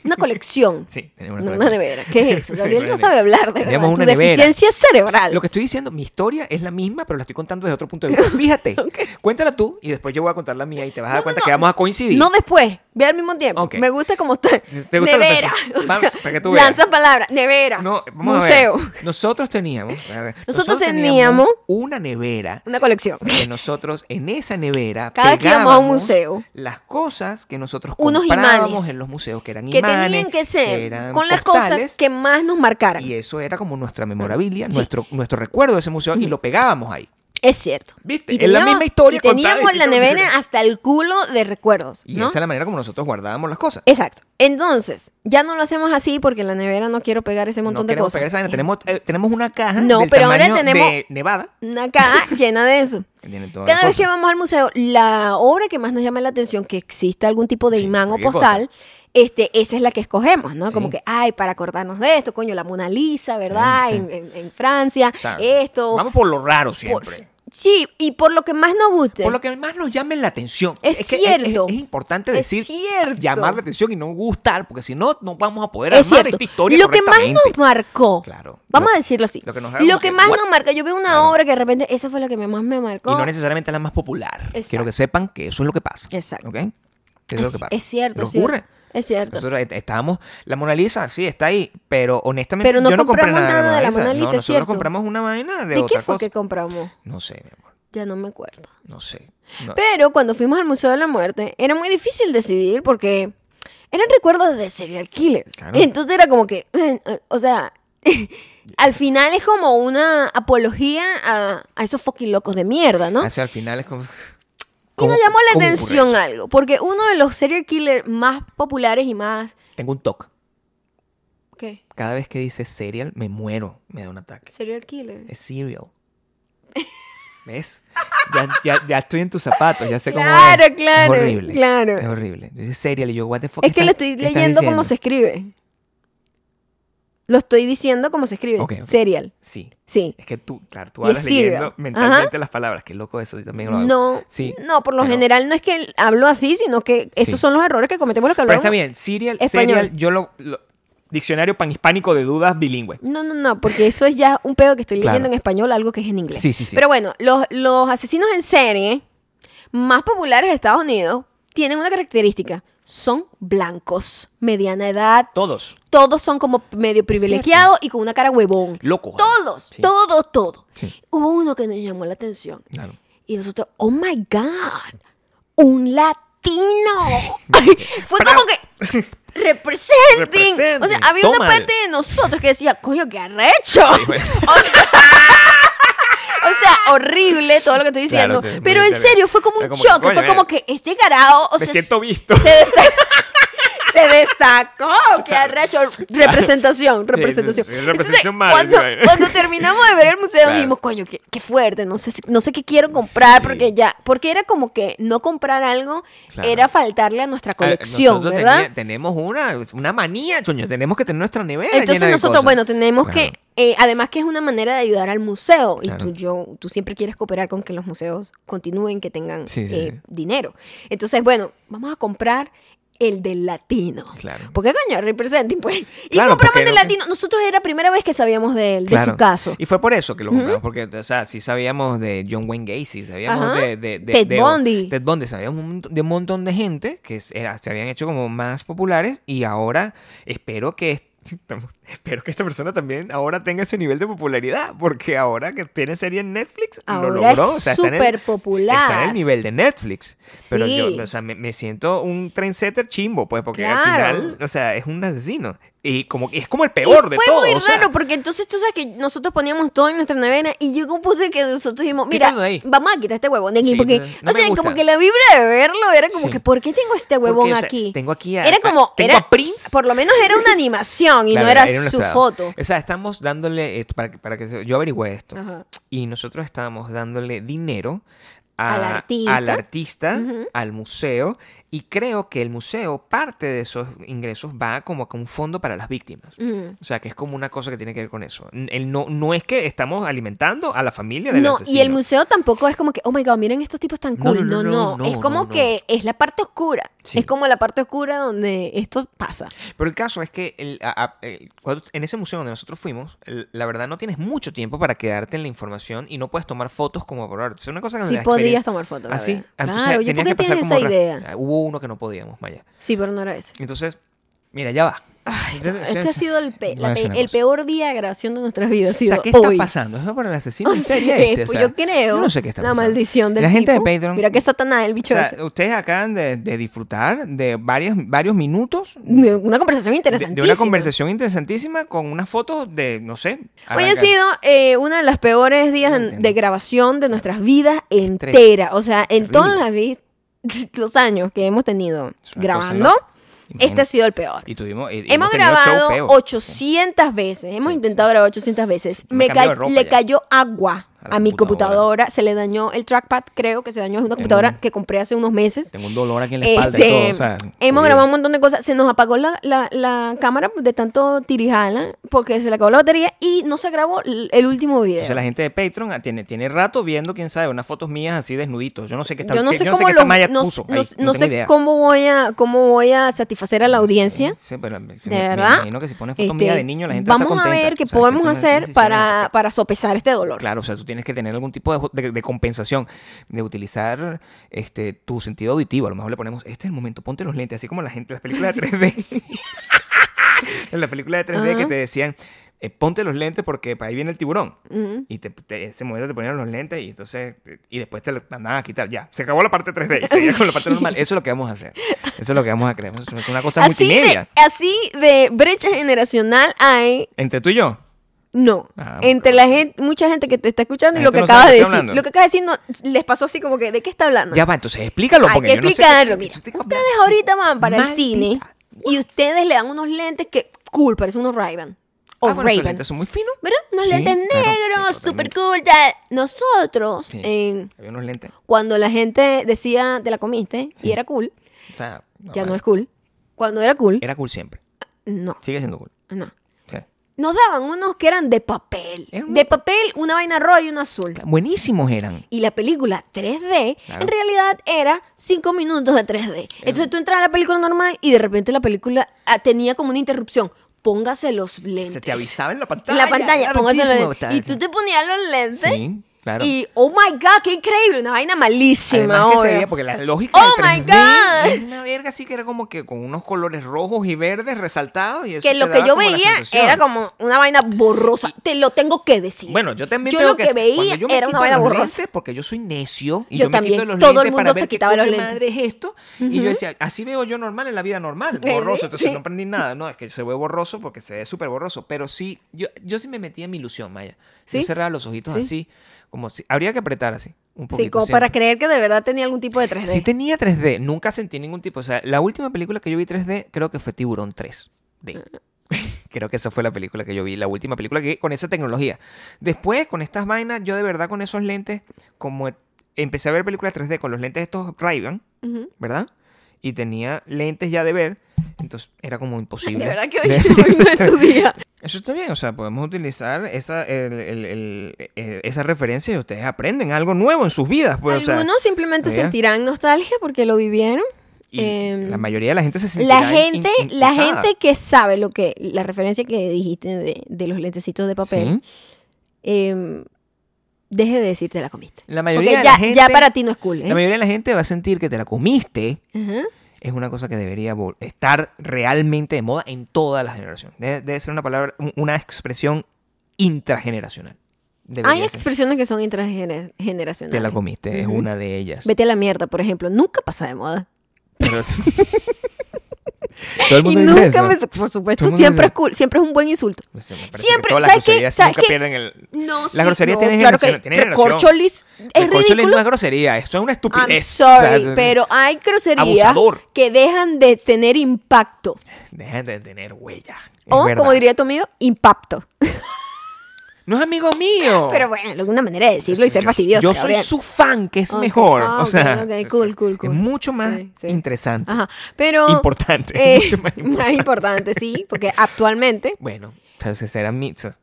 A: una colección.
B: sí, teníamos
A: No,
B: una
A: una
B: colección.
A: nevera. ¿Qué es eso?
B: [laughs] Sí,
A: Gabriel
B: una
A: no
B: nevera.
A: sabe hablar de verdad.
B: Teníamos
A: Tu
B: una nevera.
A: deficiencia cerebral.
B: Lo que estoy diciendo, mi historia es la misma, pero la estoy contando desde otro punto
A: [laughs]
B: de vista. Fíjate. Cuéntala tú y después yo voy a contar la mía y te vas a dar
A: No, no,
B: cuenta
A: no.
B: que vamos a coincidir.
A: No después, ve al mismo tiempo.
B: Ok.
A: Me gusta como está.
B: ¿Te gusta lo que
A: nevera. [laughs]
B: haces?
A: O sea,
B: Vamos, para que tú veas.
A: lanza palabras. Nevera.
B: No, vamos a ver.
A: museo.
B: Nosotros teníamos. a ver,
A: teníamos-
B: una nevera
A: Una colección.
B: que nosotros en esa nevera
A: [laughs] Cada que íbamos a un
B: pegábamos
A: museo.
B: las cosas que nosotros
A: Unos
B: comprábamos
A: imanes.
B: en los museos que eran
A: Que
B: imanes
A: tenían que
B: que
A: ser
B: eran
A: con las
B: postales,
A: cosas que más nos marcaran.
B: y eso era como nuestra memorabilia
A: Sí.
B: nuestro nuestro recuerdo de ese museo y lo pegábamos ahí
A: Es cierto.
B: Viste, es la misma historia
A: Y
B: contada
A: teníamos
B: de
A: la
B: distintos
A: nevera
B: lugares.
A: hasta el culo de recuerdos.
B: y
A: ¿no?
B: esa es la manera como nosotros guardábamos las cosas
A: Exacto. Entonces, ya no lo hacemos así porque en la nevera no quiero pegar ese montón
B: no
A: de
B: queremos
A: cosas.
B: pegar esa vaina. tenemos eh, tenemos una caja
A: No,
B: del
A: pero ahora
B: tamaño
A: tenemos-
B: de Nevada
A: Una caja llena de eso.
B: que tiene todas
A: Cada
B: las
A: vez que
B: cosas.
A: vamos al museo, la obra que más nos llama la atención, que exista algún tipo de
B: Sí,
A: imán o
B: cualquier
A: postal, este, esa es la que escogemos, ¿no?
B: Sí.
A: Como que, ay, para acordarnos de esto, coño, la Mona Lisa, ¿verdad?
B: Sí, sí.
A: En, en- en Francia,
B: O sea,
A: esto.
B: vamos por lo raro
A: por-
B: siempre
A: sí, y por lo que más nos guste.
B: Por lo que más nos llame la atención.
A: Es
B: que
A: cierto.
B: Es, es importante
A: Es
B: decir,
A: cierto.
B: llamar la atención y no gustar, porque si no, no vamos a poder
A: es
B: armar
A: cierto.
B: esta historia
A: lo que más nos
B: correctamente.
A: marcó.
B: Claro.
A: Vamos
B: Lo-
A: a decirlo así.
B: lo que nos da
A: lo
B: como
A: que,
B: que,
A: más
B: what?
A: nos marcó. Yo veo una obra que de repente, esa fue la que más me marcó.
B: Y no necesariamente la más popular.
A: Exacto.
B: Quiero que sepan que eso es lo que pasa.
A: Exacto.
B: ¿Ok? Eso es, lo que pasa.
A: es cierto.
B: Lo
A: sí.
B: ocurre.
A: Es cierto.
B: Nosotros est- estábamos, la Mona Lisa, sí, está ahí, pero honestamente
A: Pero no
B: yo no compré
A: compramos
B: nada,
A: nada de la Mona Lisa,
B: No,
A: es
B: nosotros
A: cierto.
B: compramos una vaina de,
A: ¿De
B: otra
A: qué fue
B: cosa.
A: que compramos?
B: No sé, mi amor,
A: Ya no me acuerdo.
B: no sé. No-
A: Pero cuando fuimos al Museo de la Muerte, era muy difícil decidir porque eran recuerdos de serial killers.
B: Claro.
A: Entonces era como que, eh, eh, o sea, [laughs] al final es como una apología a, a esos fucking locos de mierda, ¿no?
B: Hacia el final es como...
A: Y
B: ¿Cómo-
A: nos llamó
B: cómo
A: la
B: ocurre
A: atención
B: eso?
A: algo, porque uno de los serial killers más populares y más...
B: Tengo un toque.
A: ¿Qué?
B: Cada vez que dice serial, me muero. Me da un ataque.
A: Serial killer.
B: Es serial. ¿Ves? Ya, ya, ya estoy en tus zapatos, ya sé cómo
A: Claro,
B: es.
A: claro,
B: Es horrible.
A: claro.
B: Es horrible. Dice serial y yo, what the fuck.
A: Es que
B: estás-
A: lo estoy
B: qué estás
A: leyendo como
B: diciendo?
A: se escribe. Lo estoy diciendo como se escribe.
B: Ok, ok.
A: Serial.
B: Sí.
A: Sí.
B: Es que tú, claro, tú
A: Y es
B: hablas leyendo
A: serial.
B: mentalmente las palabras. Qué loco eso, yo también lo hago.
A: No,
B: Sí,
A: no, por lo
B: pero-
A: general no es que hablo así, sino que esos
B: Sí.
A: son los errores que cometemos los que
B: Pero
A: hablamos.
B: está bien, serial,
A: Español.
B: serial, yo lo, lo- Diccionario panhispánico de dudas bilingüe.
A: No, no, no, porque eso es ya un pedo que estoy leyendo en
B: Claro.
A: español, algo que es en inglés.
B: Sí, sí, sí.
A: Pero bueno, los, los asesinos en serie más populares de Estados Unidos tienen una característica. Son blancos, mediana edad,
B: Todos.
A: todos son como medio privilegiados y con una cara huevón.
B: Loco.
A: Todos,
B: Sí.
A: todo, todo.
B: Sí.
A: Hubo uno que nos llamó la atención
B: Claro.
A: y nosotros, oh my God, un [laughs] latino. Fue como
B: [laughs]
A: que representing. O sea,
B: Representing.
A: había una
B: Toma.
A: parte de nosotros que decía, coño, qué arrecho.
B: bueno.
A: [laughs] o, sea, o sea, horrible todo lo que estoy
B: Claro,
A: diciendo.
B: sí, muy
A: pero en
B: terrible.
A: serio, fue como un
B: Era como que,
A: choque.
B: coño, eh,
A: fue como que este carajo. O
B: Me
A: sea,
B: siento visto.
A: Se destacó.
B: [laughs]
A: [laughs] se destacó, qué arrecho. Representación, representación.
B: sí, sí, representación mal,
A: cuando,
B: sí, bueno.
A: cuando terminamos de ver el museo,
B: Claro.
A: dijimos, coño, qué, qué fuerte, no sé, si- no sé qué quiero comprar,
B: Sí.
A: porque ya, porque era como que no comprar algo
B: Claro.
A: era faltarle a nuestra
B: Ah,
A: colección,
B: nosotros
A: ¿verdad?
B: tenía- tenemos una, una manía, coño, tenemos que tener nuestra nevera.
A: Entonces
B: llena de
A: nosotros,
B: cosas.
A: bueno, tenemos que,
B: Claro.
A: eh, además que es una manera de ayudar al museo, y
B: Claro.
A: tú, yo, tú siempre quieres cooperar con que los museos continúen, que tengan
B: Sí, sí,
A: eh,
B: sí.
A: dinero. Entonces, bueno, vamos a comprar el del latino.
B: Claro.
A: Porque coño, representing, pues. Y
B: Claro,
A: compramos
B: porque
A: el del
B: no-
A: latino. Nosotros era la primera vez que sabíamos de él, de
B: Claro.
A: su caso.
B: Y fue por eso que lo compramos, porque, o sea, sí sabíamos de John Wayne Gacy, sabíamos
A: Ajá.
B: de, de- de-
A: Ted
B: de-
A: Bundy.
B: Ted Bundy, sabíamos un mont- de un montón de gente que se- era- se habían hecho como más populares y ahora espero que... [laughs] Espero que esta persona también ahora tenga ese nivel de popularidad, porque ahora que tiene serie en Netflix, lo
A: Ahora
B: logró.
A: es
B: o sea, está en el-
A: súper popular.
B: Está en el nivel de Netflix. Pero
A: Sí.
B: yo, o sea, me, me siento un trendsetter chimbo, pues, porque al
A: Claro.
B: final, o sea, es un asesino. Y como, es como el peor
A: y
B: de
A: fue
B: todos.
A: muy
B: o sea.
A: raro porque entonces tú sabes que nosotros poníamos todo en nuestra nevera y llegó un punto en que nosotros dijimos, mira,
B: Quítalo de ahí.
A: vamos a quitar este huevón de aquí
B: Sí,
A: porque,
B: no- no
A: o
B: me
A: sea,
B: gusta.
A: como que la vibra de verlo era como
B: Sí.
A: que, ¿por qué tengo este huevón
B: Porque, o sea,
A: aquí?
B: tengo aquí a-
A: era
B: a-
A: como,
B: tengo
A: era,
B: a Prince.
A: por lo menos era
B: [laughs]
A: una animación y
B: Claro,
A: no era,
B: una
A: su
B: estaba.
A: foto.
B: O sea, estamos dándole, esto, para, que- para que se- yo averigüe esto,
A: Ajá.
B: y nosotros estábamos dándole dinero a-
A: Al artista.
B: al, artista, al museo, y creo que el museo, parte de esos ingresos va como a un fondo para las víctimas.
A: Mm.
B: O sea, que es como una cosa que tiene que ver con eso. N- el no, no es que estamos alimentando a la familia del
A: No, y
B: asesino.
A: el museo tampoco es como que, oh my god, miren estos tipos tan
B: No,
A: cool. No, no,
B: no, no, no,
A: es
B: no,
A: como
B: no.
A: que es la parte oscura.
B: Sí.
A: Es como la parte oscura donde esto pasa.
B: Pero el caso es que el- a- a- el- cuando- en ese museo donde nosotros fuimos, el- la verdad no tienes mucho tiempo para quedarte en la información y no puedes tomar fotos como por ahora. Es una cosa que
A: Sí
B: la
A: podías
B: experiencia-
A: tomar fotos. la
B: ¿Ah, sí?
A: verdad.
B: Ah, entonces
A: claro, yo
B: tenías
A: porque
B: que pasar
A: tienes esa
B: como re-
A: idea.
B: Ah, Hubo uno que no podíamos, Maya.
A: Sí, pero no era ese.
B: Entonces, mira, ya va. Entonces,
A: Este ha sido el, pe-
B: voy
A: la
B: a
A: pe-
B: decir una
A: el
B: cosa.
A: peor día de grabación de nuestras vidas. ha
B: O
A: sido
B: sea, ¿qué está
A: hoy.
B: pasando? ¿Eso por el
A: [laughs]
B: asesino
A: O
B: en
A: sea,
B: serie este? O
A: pues
B: sea,
A: yo creo.
B: yo no sé qué está
A: La
B: pasando.
A: maldición del
B: La gente
A: tipo.
B: de Patreon.
A: Mira que Satanás, el
B: o
A: bicho
B: sea,
A: ese.
B: ustedes acaban de, de disfrutar de varios, varios minutos
A: De Una conversación
B: de-
A: interesantísima.
B: de una conversación interesantísima con unas fotos de, no sé.
A: Hoy ha
B: arranca-
A: sido eh, una de las peores días
B: No
A: en-
B: entiendo.
A: de grabación de nuestras vidas entera. O sea, en
B: Terrible.
A: todos las vi- [laughs] los años que hemos tenido
B: Es una cosa
A: grabando,
B: loca.
A: este ha
B: Imagínate.
A: sido el peor.
B: Y tuvimos. y- y
A: Hemos
B: tenido show
A: grabado
B: feo.
A: 800 veces, hemos
B: Sí,
A: intentado grabar 800 veces.
B: Me
A: Me
B: cambio de
A: ca-
B: ropa
A: le
B: ya.
A: cayó agua
B: A
A: a,
B: la
A: mi
B: computadora.
A: computadora, se le dañó el trackpad, creo que se dañó, es una computadora que compré hace unos meses.
B: Tengo un dolor aquí en la espalda y
A: Este,
B: todo. O sea,
A: hemos
B: horrible.
A: grabado un montón de cosas. Se nos apagó la, la- la cámara pues, de tanto tirijala porque se le acabó la batería y no se grabó l- el último video.
B: Entonces la gente de Patreon ah, tiene, tiene rato viendo, quién sabe, unas fotos mías así desnuditos. Yo no sé qué está
A: yo no
B: qué-
A: sé
B: yo
A: cómo
B: qué
A: lo-
B: esta Maya
A: no-
B: puso
A: no-
B: ahí,
A: no
B: tengo
A: sé
B: idea.
A: cómo voy a cómo voy a satisfacer a la audiencia.
B: Sí, pero me-
A: De
B: me-
A: verdad.
B: Me imagino que si pones fotos
A: Este,
B: mías de niño, la gente va a
A: Vamos
B: estar contenta.
A: a ver qué
B: O sea, es
A: podemos
B: una
A: hacer
B: decisión
A: para,
B: importante.
A: para sopesar este dolor.
B: Claro, o sea, tú tienes que tener algún tipo de, de- de compensación, de utilizar este tu sentido auditivo. A lo mejor le ponemos, este es el momento, ponte los lentes, así como la gente, las películas
A: [laughs]
B: de 3D. en la película de 3D que
A: Ajá.
B: te decían, eh, ponte los lentes porque para ahí viene el tiburón.
A: Ujú.
B: Y te, te- en ese momento te ponían los lentes y entonces, y después te lo mandaban a quitar. Ya, se acabó la parte
A: [laughs]
B: 3D y seguía con la parte normal. Eso es lo que vamos a hacer. Eso es lo que vamos a crear. Eso Es una cosa
A: Así de,
B: multimedia.
A: así de brecha generacional hay,
B: Entre tú y yo.
A: no,
B: Ah,
A: entre la gente, mucha gente que te está escuchando
B: La
A: y lo que
B: gente no sabe
A: acabas de
B: de
A: decir.
B: qué estoy hablando.
A: Lo que acabas de decir no, les pasó así como que, ¿de qué está hablando?
B: Ya va, entonces explícalo.
A: hay
B: porque
A: que
B: yo no sé qué-
A: explicarlo.
B: yo
A: Mira,
B: estoy
A: ustedes
B: hablando.
A: ahorita van para el
B: Maldita.
A: cine y ustedes le dan unos lentes que, cool, parecen unos ray o
B: ah, bueno, esos
A: Raven.
B: lentes son muy finos.
A: ¿Verdad? Unos
B: Sí,
A: lentes
B: claro, sí,
A: negros, súper eh,
B: totalmente.
A: cool. tal. Nosotros,
B: Sí.
A: en-
B: Había unos lentes.
A: cuando la gente decía, te la comiste, y era cool,
B: O sea,
A: ya
B: vale.
A: no es cool. Cuando era cool,
B: Era cool siempre.
A: no,
B: Sigue siendo cool.
A: no.
B: O sea,
A: Nos daban unos que eran de papel.
B: Era un-
A: De papel, una vaina roja y una azul.
B: buenísimos eran.
A: Y la película 3D,
B: Claro.
A: en realidad era 5 minutos de 3D. Entonces tú entras a la película normal y de repente la película ah, tenía como una interrupción. Póngase los lentes.
B: Se te avisaba en la
A: En
B: pantalla.
A: la pantalla,
B: era
A: póngase los
B: muchísimo.
A: lentes. Y tú te ponías los lentes.
B: Sí, claro.
A: Y, oh my god, qué increíble. Una vaina malísima.
B: Además que se
A: obvio.
B: veía, porque la lógica
A: ¡Oh,
B: del
A: my
B: 3D
A: God!
B: es una verga así que era como que con unos colores rojos y verdes resaltados y eso
A: que
B: te
A: lo que
B: daba
A: yo
B: como la
A: veía
B: sensación.
A: era como una vaina borrosa. Te lo tengo que decir.
B: Bueno, yo también
A: Yo
B: tengo
A: lo que veía
B: cuando yo me
A: era una
B: quito
A: vaina
B: los
A: borrosa.
B: lentes, porque yo soy necio y
A: Yo
B: yo,
A: también.
B: me quito los
A: Todo el
B: lentes
A: mundo
B: para
A: se
B: ver qué
A: quitaba los
B: coño
A: lentes.
B: madre es esto y yo decía, así veo yo normal en la vida normal,
A: [laughs] Sí,
B: borroso,
A: sí,
B: entonces
A: sí.
B: no aprendí nada, no, es que se ve borroso porque se ve súper borroso, pero sí yo yo sí me metía en mi ilusión, Maya.
A: ¿Sí?
B: Yo cerraba los ojitos
A: Sí.
B: así, como si habría que apretar así un poquito
A: sí, como para
B: siempre.
A: creer que de verdad tenía algún tipo de 3D.
B: Sí tenía 3D, nunca sentí ningún tipo. O sea, la última película que yo vi 3D creo que fue Tiburón 3D.
A: Ah.
B: [laughs] creo que esa fue la película que yo vi, la última película que con esa tecnología. Después, con estas vainas, yo de verdad con esos lentes, como empecé a ver películas 3D con los lentes estos Ray-Ban,
A: Ujú.
B: ¿verdad? Y tenía lentes ya de ver, entonces era como imposible.
A: De verdad
B: [laughs]
A: que hoy, hoy no es tu día.
B: Eso está bien, o sea, podemos utilizar esa, el- el- el- eh, esa referencia y ustedes aprenden algo nuevo en sus vidas. Pues, o sea,
A: Algunos simplemente
B: ¿verdad?
A: sentirán nostalgia porque lo vivieron.
B: Y
A: Em,
B: la mayoría de la gente se sentirá
A: La gente,
B: in- in-
A: la
B: usada.
A: gente que sabe lo que, la referencia que dijiste de, de los lentecitos de papel,
B: Sí.
A: em, deje de decir te la comiste.
B: La
A: Porque
B: mayoría
A: ya,
B: de la gente,
A: ya para ti no es cool, ¿eh?
B: la mayoría de la gente va a sentir que te la comiste.
A: Ajá.
B: Es una cosa que debería vol- estar realmente de moda en toda la generación. Debe, debe ser una palabra, un- una expresión intrageneracional. Debería
A: Hay
B: ser.
A: expresiones que son intrageneracionales.
B: Te la comiste, es
A: Ujú.
B: una de ellas.
A: Vete a la mierda, por ejemplo. Nunca pasa de moda.
B: [laughs] Pero-
A: [laughs]
B: Todo el
A: Y
B: mundo dice
A: nunca
B: eso.
A: me- Por supuesto,
B: Todo el mundo
A: siempre
B: dice-
A: es cool. Siempre es un buen insulto.
B: Pues, me parece que
A: Siempre-
B: todas las
A: ¿sabes qué?
B: groserías
A: ¿Sabes
B: nunca
A: qué?
B: pierden el...
A: No,
B: Las groserías
A: no,
B: tienen
A: claro que
B: generación, tienen generación.
A: recorcholis es
B: El corcholis
A: ridículo.
B: no es grosería, eso es una
A: I'm
B: estupidez. O sea,
A: sorry,
B: eso-
A: pero hay groserías
B: Abusador.
A: que dejan de tener impacto.
B: Dejen de tener huella. Es
A: o,
B: verdad.
A: como diría tu amigo, impacto.
B: No es amigo mío.
A: Pero bueno, alguna manera de decirlo y ser
B: Yo-
A: fastidioso.
B: Yo soy
A: Gabriel.
B: su fan, que es
A: Ok,
B: mejor.
A: ah,
B: o
A: ok,
B: sea,
A: ok, cool, cool, cool.
B: es mucho más
A: Sí, sí.
B: interesante.
A: Ajá. Pero.
B: [laughs] Importante,
A: eh, [laughs]
B: mucho más importante.
A: más importante, sí, porque actualmente.
B: Bueno, pues ese era mi. o sea,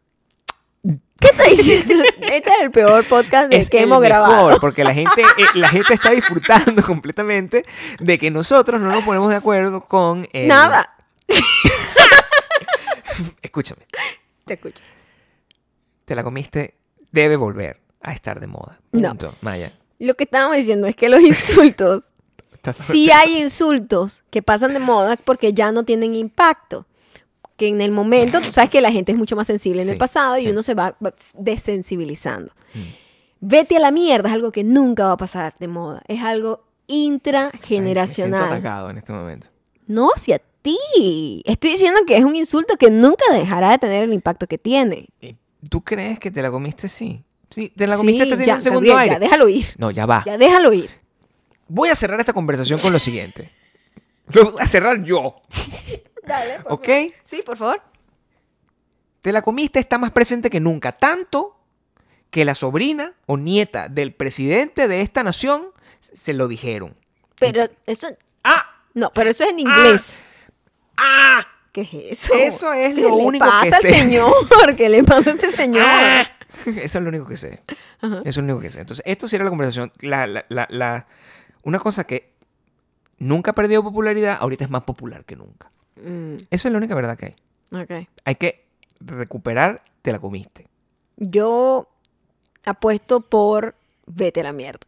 A: ¿Qué está
B: [laughs]
A: diciendo? este es el peor podcast de
B: es
A: que
B: el
A: hemos grabado.
B: mejor,
A: [laughs]
B: porque la gente, eh, la gente está disfrutando [laughs] completamente de que nosotros no nos ponemos de acuerdo con. el-
A: Nada.
B: Escúchame,
A: Te escucho.
B: te la comiste, debe volver a estar de moda.
A: No.
B: Punto. Maya.
A: Lo que estábamos diciendo es que los [laughs] insultos
B: Estás-
A: Sí hay insultos que pasan de moda porque ya no tienen impacto. Que en el momento, tú sabes que la gente es mucho más sensible en el
B: Sí,
A: pasado y
B: sí. Mm.
A: uno se va va desensibilizando. Vete a la mierda es algo que nunca va a pasar de moda. Es algo
B: Ay, me siento
A: intrageneracional.
B: atacado en este momento.
A: No hacia ti. Estoy diciendo que es un insulto que nunca dejará de tener el impacto que tiene.
B: Eh, ¿Tú crees que te la comiste? Sí. Sí, te la
A: Sí,
B: comiste, te
A: ya,
B: tenía un segundo
A: Gabriel,
B: aire.
A: ya, déjalo ir.
B: No, ya va.
A: Ya déjalo ir.
B: Voy a cerrar esta conversación con lo [laughs] siguiente. Lo voy a cerrar yo.
A: Dale,
B: por ¿Ok? favor.
A: Sí, por favor.
B: Te la comiste está más presente que nunca, tanto que la sobrina o nieta del presidente de esta nación se lo dijeron.
A: Pero eso...
B: Ah,
A: No, pero eso es en inglés.
B: ah,
A: ¿Qué es eso?
B: Eso es
A: ¿Qué
B: lo
A: le
B: único que
A: pasa al
B: sé.
A: señor? [laughs] ¿Qué le pasa a este señor?
B: ah. [laughs] Eso es lo único que sé.
A: Ajá.
B: Eso es lo único que sé. Entonces, esto sí era la conversación. La, la- la- la- una cosa que nunca ha perdido popularidad, ahorita es más popular que nunca.
A: Mm,
B: Eso es la única verdad que hay.
A: ok.
B: Hay que recuperar, te la comiste.
A: Yo apuesto por vete a la mierda.